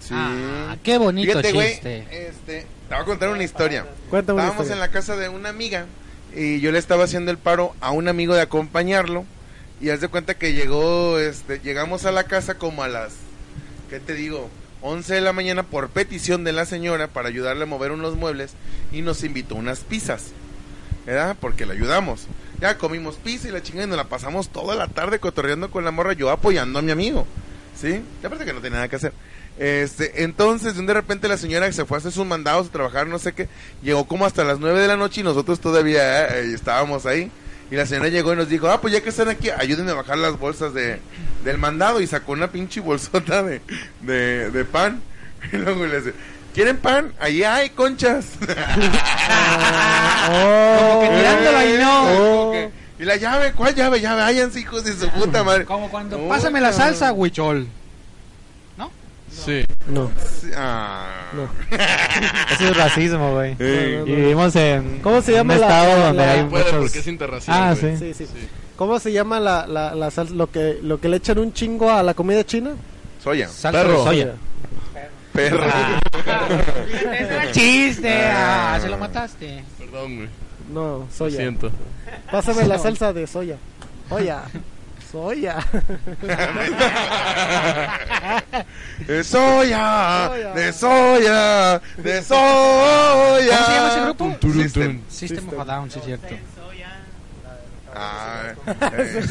S2: Sí.
S6: Ah, qué bonito
S2: Fíjate, güey,
S6: chiste.
S2: este, te voy a contar una historia.
S1: Cuéntame una
S2: Estábamos
S1: historia.
S2: en la casa de una amiga y yo le estaba haciendo el paro a un amigo de acompañarlo y haz de cuenta que llegó, este, llegamos a la casa como a las, ¿qué te digo? 11 de la mañana por petición de la señora para ayudarle a mover unos muebles y nos invitó unas pizzas. ¿Verdad? Porque le ayudamos. Ya comimos pizza y la chingada y nos la pasamos toda la tarde cotorreando con la morra, yo apoyando a mi amigo. ¿Sí? Y aparte que no tenía nada que hacer. Este, entonces, de un de repente la señora se fue a hacer sus mandados a trabajar, no sé qué, llegó como hasta las 9 de la noche y nosotros todavía eh, estábamos ahí. Y la señora llegó y nos dijo, ah, pues ya que están aquí, ayúdenme a bajar las bolsas de, del mandado. Y sacó una pinche bolsota de, de, de pan. Y luego le dice, ¿quieren pan? Ahí hay conchas.
S5: Oh,
S2: Eh,
S6: tirándola y no.
S7: Oh,
S2: como que, Y la llave, ¿cuál llave? Ya váyanse, hijos de su puta madre.
S6: Como cuando
S2: Eh, No,
S6: pásame la
S2: cabrón.
S6: salsa, huichol.
S4: Sí.
S1: No.
S2: Ah.
S1: No.
S7: Eso es racismo, güey.
S2: Eh,
S7: Y vivimos en
S1: ¿Cómo se llama
S7: un
S1: la-
S7: estado
S1: la-
S7: donde
S1: la-
S7: hay
S1: No
S4: Puede
S7: muchos...
S4: porque es interracial.
S7: Ah,
S4: güey.
S1: Sí, sí.
S4: Sí.
S1: ¿Cómo se llama la, la, la salsa? Lo que, lo que le echan un chingo a la comida china.
S2: Soya.
S7: Salsa
S4: Perro.
S7: de soya.
S2: Perro.
S6: Ese era el chiste. Ah, se lo mataste.
S4: Perdón, güey.
S1: No,
S4: Lo
S1: soya.
S4: siento.
S1: Pásame la salsa de soya. Soya. Soya.
S2: De soya,
S1: Soya.
S2: de soya, de soya.
S6: ¿Cómo se llama ese grupo?
S2: Tum, turun,
S4: System.
S2: tun.
S6: System of a Down, sí, es cierto.
S2: Ah, eh,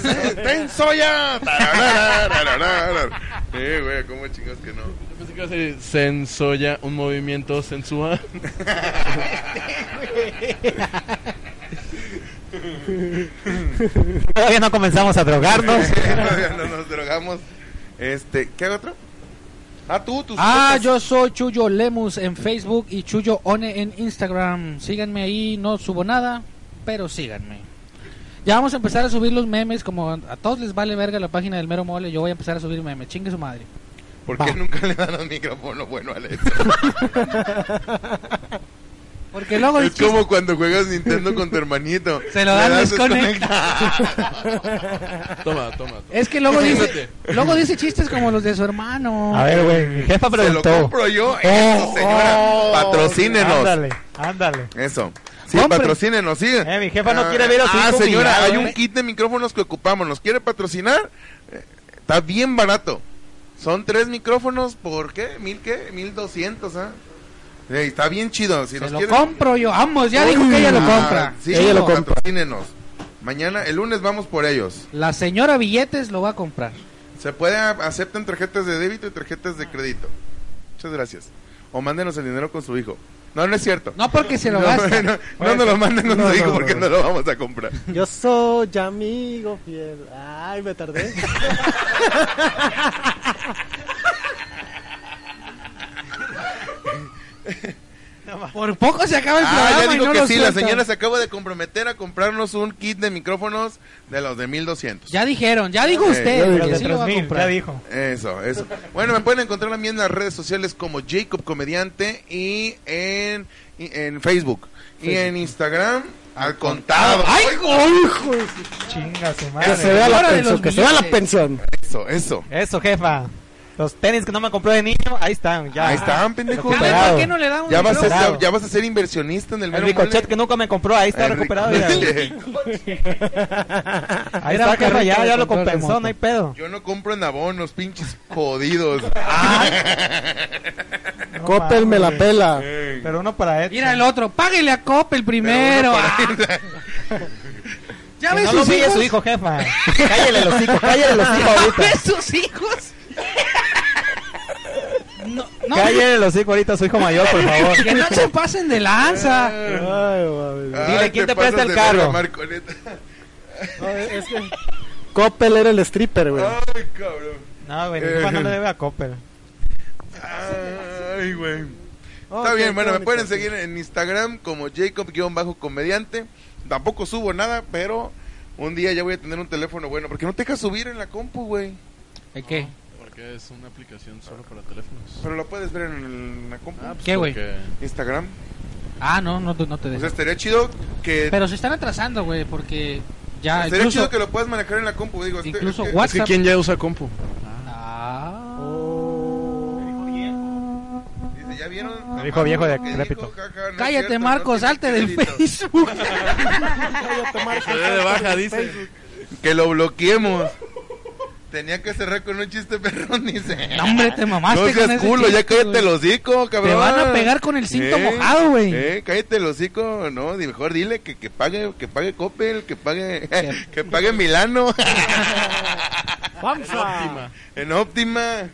S2: ¡Ten soya! Tararara, tararara. Eh, güey, ¿cómo chingados que no?
S4: Yo pensé que iba a ser sensoya, un movimiento sensual.
S7: Todavía no comenzamos a drogarnos.
S2: Todavía no nos drogamos. Este, ¿qué hago otro? Ah, tú, tus
S6: Ah,
S2: fotos.
S6: yo soy Chuyo Lemus en Facebook y Chuyo One en Instagram. Síganme ahí, no subo nada, pero síganme. Ya vamos a empezar a subir los memes, como a todos les vale verga la página del mero mole, yo voy a empezar a subir memes, chingue su madre.
S2: ¿Por qué
S6: Ah.
S7: Va.
S2: nunca le dan un micrófono bueno a Alex?
S6: Porque luego el
S2: Es
S6: chiste-
S2: como cuando juegas Nintendo con tu hermanito.
S6: Se lo
S2: Le
S6: dan
S2: das
S6: desconecta.
S4: Toma, toma. toma.
S6: es que luego dice,
S4: Fíjate.
S6: luego dice chistes como los de su hermano.
S7: A ver, güey. Mi jefa
S2: Se lo
S7: preguntó.
S2: compro yo. Eso, señora. patrocínenos.
S7: Ándale, ándale.
S2: Eso. Sí,
S7: Compre.
S2: patrocínenos, sí.
S7: Eh, mi jefa no quiere ver a su
S2: Ah,
S7: hijo
S2: señora,
S7: humillado,
S2: hay un
S7: eh.
S2: kit de micrófonos que ocupamos. ¿Nos quiere patrocinar? Eh, Está bien barato. Son tres micrófonos por qué? ¿Mil qué? Mil doscientos, ¿ah? Sí, está bien chido. Si
S6: Se
S2: nos
S6: lo
S2: quieren-
S6: compro yo, vamos, ya dijo que ella lo
S2: Ah,
S6: compra.
S2: Sí,
S1: Ella lo compra.
S2: patrocínenos. Mañana, el lunes vamos por ellos.
S6: La señora Billetes lo va a comprar.
S2: Se puede, aceptan tarjetas de débito y tarjetas de crédito. Muchas gracias. O mándenos el dinero con su hijo. No, no es cierto.
S6: No porque se lo
S2: no,
S6: gasta.
S2: no, no nos lo manden con
S1: No,
S2: su hijo
S1: no, no,
S2: porque
S1: no.
S2: no lo vamos a comprar.
S1: Yo soy amigo fiel. Ay, me tardé.
S6: Por poco se acaba el
S2: Ah,
S6: programa
S2: ya digo
S6: y no
S2: que
S6: lo
S2: sí, la
S6: sueltan.
S2: señora se acaba de comprometer a comprarnos un kit de micrófonos de los de 1200.
S6: Ya dijeron, ya dijo
S2: Eh,
S7: Pero
S6: usted,
S7: de
S6: que sí lo va a
S7: 3000, ya
S6: comprar.
S7: dijo.
S2: Eso, eso. Bueno, me pueden encontrar también en las redes sociales como Jacob Comediante y en, y en Facebook. Y en Instagram, al contado.
S6: ¡Ay,
S1: ¡Hijo!
S7: Chinga su
S1: Que
S7: madre.
S1: se vea la
S6: Hora de
S1: pensión.
S6: los
S1: Que se vea la
S6: billetes.
S1: pensión.
S2: Eso, eso.
S7: Eso, jefa. Los tenis que no me compró de niño, ahí están, ya.
S2: Ahí están, pendejo.
S6: Ya ves, ¿Por qué no le damos
S2: Ya vas, a,
S7: Recuperado.
S2: ser- ya vas a ser inversionista en el
S7: El
S2: mero
S7: ricochet
S2: mole.
S7: que nunca me compró, ahí está
S2: El
S7: recuperado.
S2: rico-
S7: ya. Ahí está,
S6: carrito
S7: jefa, ya,
S6: de
S7: ya
S6: control
S7: lo compensó,
S6: remoto.
S7: no hay pedo.
S2: Yo no compro en abonos, pinches jodidos.
S7: No
S1: Coppel me
S7: mames,
S1: la
S7: güey.
S1: pela.
S7: Pero uno para Edson.
S6: Mira el otro, páguele a Coppel primero.
S7: ah.
S6: Ya
S7: Que
S6: ves
S7: no lo
S6: sus
S7: pille
S6: hijos.
S7: su hijo, jefa. Cállale los hijos, cállale los hijos
S6: Ya
S7: ahorita.
S6: ves sus hijos. No, no,
S7: Cállale los hijos ahorita a su hijo mayor, por favor.
S6: que no se pasen de lanza.
S1: Ay, mami.
S2: Ay,
S7: Dile, ¿quién te
S2: pasas
S7: presta el
S2: de
S7: carro?
S2: verga, Marco, neta.
S1: No, es que Coppel era el stripper, güey.
S2: Ay, cabrón.
S7: No, güey, mi jefa no le debe a Coppel.
S2: Ay, güey.
S1: Oh,
S2: Está
S1: qué-
S2: bien,
S1: qué
S2: bueno, me
S1: bonito.
S2: pueden seguir en Instagram como Jacob-comediante. Tampoco subo nada, pero un día ya voy a tener un teléfono bueno. Porque no te deja subir en la compu, güey.
S6: ¿De qué?
S4: Porque es una aplicación solo para teléfonos.
S2: Pero lo puedes ver en la compu.
S4: Ah, pues
S6: ¿Qué, güey?
S4: porque-
S2: Instagram.
S6: Ah, no, no, te- no te
S2: O sea,
S6: dejo.
S2: estaría chido Pues que...
S6: Pero se están atrasando, güey, porque ya
S2: estaría
S6: incluso,
S2: chido que lo puedas manejar en la compu. Digo, este-
S6: incluso
S2: es que-
S4: Es que
S6: WhatsApp.
S4: ¿quién ya usa compu?
S6: Ah.
S2: Oh, Dice, ¿ya vieron?
S7: Me dijo viejo de
S2: Lo que dijo,
S7: decrépito.
S2: jaja, no es
S6: Ah. Cállate,
S2: cierto,
S6: Marcos,
S2: no tiene
S6: salte del
S2: crédito.
S6: Facebook.
S4: Se ve de baja, dice.
S2: Que lo bloqueemos. Tenía que cerrar con un chiste perrón, dice.
S6: No, hombre, te mamaste.
S2: No
S6: con
S2: seas
S6: ese
S2: culo, ya
S6: chiste,
S2: cállate
S6: güey.
S2: el hocico, cabrón.
S6: Te van a pegar con el cinto
S2: Eh,
S6: mojado, güey.
S2: Eh, cállate el hocico, no, di- mejor dile que, que pague, que pague Coppel, que pague, que pague Milano.
S1: Vamos a...
S2: en óptima.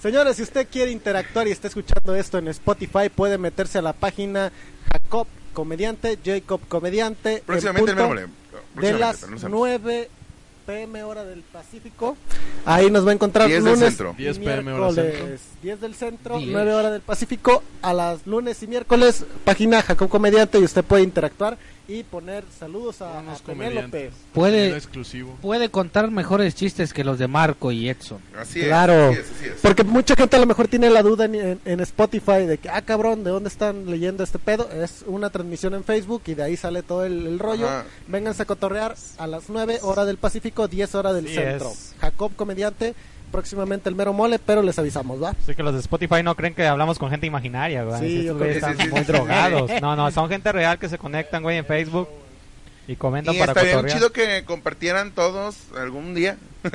S1: Señores, si usted quiere interactuar y está escuchando esto en Spotify, puede meterse a la página Jacob Comediante, Jacob Comediante. en
S2: Próximamente el
S1: punto
S2: mero
S1: De las 9 pm hora del Pacífico. Ahí nos va a encontrar
S2: 10 del
S1: lunes,
S2: centro.
S4: 10 PM hora
S1: miércoles,
S4: centro.
S1: 10 del centro,
S6: 10.
S1: 9 hora del Pacífico. A las lunes y miércoles, página Jacob Comediante y usted puede interactuar y poner saludos a, a
S4: Unos
S1: Penélope.
S4: comediantes.
S6: Puede-
S4: exclusivo.
S6: Puede contar mejores chistes que los de Marco y Edson.
S2: Así es.
S1: Claro.
S2: Así es, así es.
S1: Porque mucha gente a lo mejor tiene la duda en, en- en Spotify de que, ah, cabrón, ¿de dónde están leyendo este pedo? Es una transmisión en Facebook y de ahí sale todo el, el rollo.
S2: Ajá.
S1: Vénganse a cotorrear a las 9 hora del Pacífico, 10 hora del
S7: Así
S1: centro.
S7: es.
S1: Jacob Comediante, próximamente el mero mole, pero les avisamos, ¿va?
S7: Así que los de Spotify no creen que hablamos con gente imaginaria, güey.
S1: Sí, yo creo
S7: Estos güeyes
S1: que
S7: están
S2: sí, sí,
S7: muy
S2: sí, sí, sí.
S7: drogados. No, no, son gente real que se conectan, güey, en Facebook y comentan
S2: Y
S7: para
S2: estaría
S7: cotorrear.
S2: chido que compartieran todos algún día.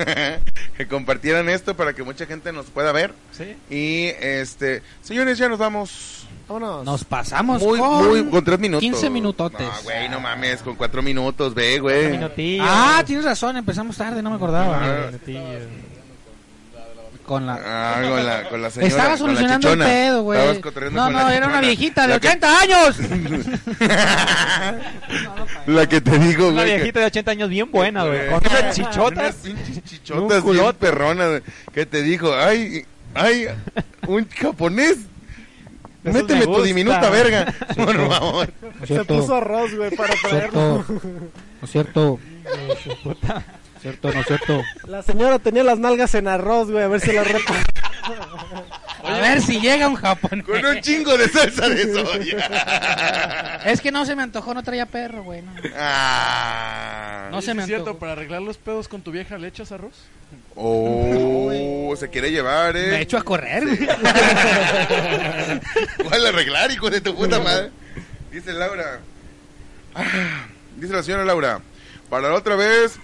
S2: que compartieran esto para que mucha gente nos pueda ver.
S7: Sí.
S2: Y este, señores, ya nos vamos.
S1: Vámonos.
S6: Nos pasamos
S2: Muy,
S6: con...
S2: muy, con tres minutos.
S6: 15 minutotes.
S2: No, güey, no mames, con cuatro minutos, ve,
S7: Un
S2: güey.
S7: minutillo.
S6: Ah, tienes razón, empezamos tarde, no me acordaba.
S2: Ah.
S7: Un minutillo.
S6: Con la...
S2: Ah, con la, con la señora.
S6: Estaba
S2: con la
S6: solucionando el
S2: chichona.
S6: pedo, güey.
S2: Estabas cotorreando
S6: No,
S2: con la
S6: no, era una
S2: chichona.
S6: viejita de
S2: La que-
S6: 80 años.
S2: la que te digo, güey.
S7: Una
S2: que-
S7: viejita de 80 años bien buena, güey.
S2: Eh,
S7: Con unas chichotas.
S2: Unas pinches
S7: Un
S2: chichotas bien
S7: culote.
S2: perronas, güey, que te dijo, ay, ay, un japonés.
S7: Esos
S2: Méteme
S7: me
S2: tu
S7: gustan.
S2: diminuta verga, por favor.
S1: Se puso arroz, güey, para traerlo.
S6: No es cierto. Cierto, no es cierto.
S1: La señora tenía las nalgas en arroz, güey, a ver si la repa.
S6: A ver si llega un japonés.
S2: Con un chingo de salsa de soya.
S6: Es que no se me antojó, no traía perro, güey. No,
S2: Ah.
S6: No se
S4: Oye,
S6: me
S4: ¿sí ¿Es cierto?
S6: antojó.
S4: ¿Para arreglar los pedos con tu vieja le echas arroz?
S2: Oh, se quiere llevar, eh.
S6: Me echo a correr, güey.
S2: ¿Cuál arreglar, hijo de tu puta madre? Dice Laura. Ah, dice la señora Laura. Para la otra vez,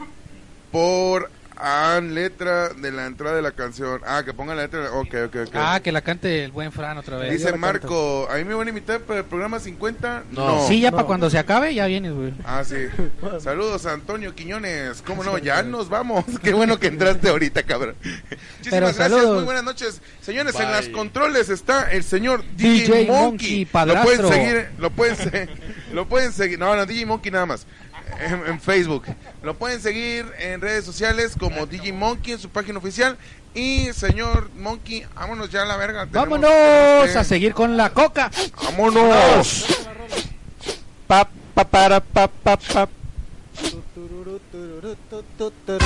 S2: por an letra de la entrada de la canción. Ah, que pongan la letra. Ok, ok, ok.
S6: Ah, que la cante el buen Fran otra vez.
S2: dice Marco, ¿a mí me van a invitar para el programa 50?
S4: No.
S6: sí, ya
S1: no.
S6: para cuando se acabe, ya vienes, güey.
S2: Ah, sí. Saludos a Antonio Quiñones. ¿Cómo no? Ya nos vamos. Qué bueno que entraste ahorita, cabrón. Muchísimas gracias.
S6: saludos.
S2: Muy buenas noches. Señores, en
S4: Bye.
S2: las controles está el señor DJ,
S6: DJ
S2: Monkey.
S6: Monkey,
S2: lo
S6: padrastro.
S2: pueden seguir. Lo pueden, se- lo pueden seguir. No, no, DJ Monkey nada más. En, en Facebook. Lo pueden seguir en redes sociales como DJ Monkey en su página oficial. Y señor Monkey, vámonos ya a la verga. Tenemos-
S6: Vámonos
S2: tenemos
S6: a
S2: que-
S6: seguir con la coca.
S2: ¡Vámonos!
S7: Pa, pa, para, pa, pa, pa.
S1: Tururú, tururú, tu, tu, tururú.